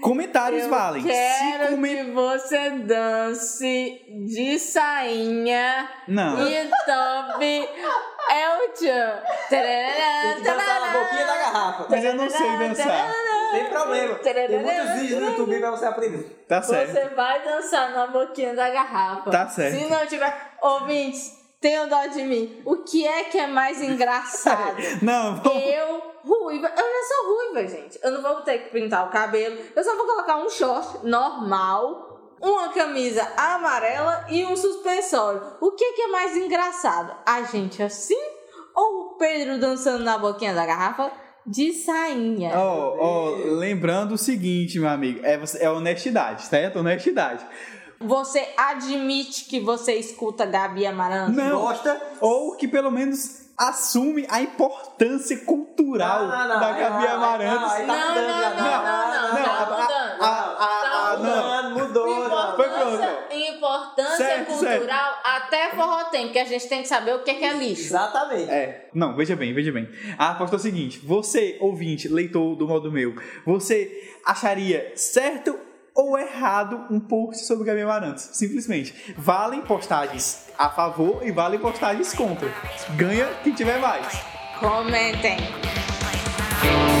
[SPEAKER 3] Comentários
[SPEAKER 1] Eu
[SPEAKER 3] valem.
[SPEAKER 1] Quero
[SPEAKER 3] Se comen-
[SPEAKER 1] que você dance de sainha
[SPEAKER 2] Ah.
[SPEAKER 3] Não.
[SPEAKER 1] e
[SPEAKER 2] [laughs]
[SPEAKER 1] tobe Elton.
[SPEAKER 2] Tem
[SPEAKER 1] Ah,
[SPEAKER 2] que dançar na boquinha da
[SPEAKER 1] tá,
[SPEAKER 2] garrafa.
[SPEAKER 3] Mas eu não sei dançar.
[SPEAKER 2] Não tem problema. Tem muitos vídeos no YouTube pra você aprender.
[SPEAKER 3] Tá certo.
[SPEAKER 1] Você vai dançar na boquinha da garrafa.
[SPEAKER 3] Tá certo.
[SPEAKER 1] Se não tiver. Ouvintes, tenham dó de mim. O que é que é mais
[SPEAKER 3] [laughs]
[SPEAKER 1] engraçado?
[SPEAKER 3] Não, vamos.
[SPEAKER 1] Eu, ruiva. Eu já sou ruiva, gente. Eu não vou ter que pintar o cabelo. Eu só vou colocar um short normal, uma camisa amarela e um suspensório. O que, que é mais engraçado? A gente assim ou o Pedro dançando na boquinha da garrafa de sainha?
[SPEAKER 3] Ó, ó, lembrando o seguinte, meu amigo, é, você- é honestidade, certo? Honestidade.
[SPEAKER 1] Você admite que você escuta Gabi Amaranto?
[SPEAKER 3] Não,
[SPEAKER 2] Gosta?
[SPEAKER 3] ou que pelo menos assume a importância cultural
[SPEAKER 2] Ah, Não, não, não.
[SPEAKER 3] da Gabi
[SPEAKER 2] Aí, aí,
[SPEAKER 3] Amarantos.
[SPEAKER 2] aí, aí,
[SPEAKER 1] Não, não,
[SPEAKER 2] mudando,
[SPEAKER 1] não,
[SPEAKER 2] Gabi.
[SPEAKER 1] não, não,
[SPEAKER 3] não,
[SPEAKER 1] tá
[SPEAKER 3] a- a-
[SPEAKER 1] mudando.
[SPEAKER 3] a- a-
[SPEAKER 1] Tá
[SPEAKER 3] a- não.
[SPEAKER 2] Mudando, mudou. não.
[SPEAKER 3] Foi pronto.
[SPEAKER 1] Importância, importância
[SPEAKER 3] Certo,
[SPEAKER 1] cultural até forró tem, porque a gente tem que saber o que é, que é lixo.
[SPEAKER 2] Exatamente.
[SPEAKER 3] É, não, veja bem, veja bem. A aposta é o seguinte: você, ouvinte, leitor do modo meu, você acharia certo ou errado um post sobre Gabi Amarantos? Simplesmente. Valem postagens a favor e valem postagens contra. Ganha quem tiver mais.
[SPEAKER 1] Comentem.
[SPEAKER 4] Play with my mind.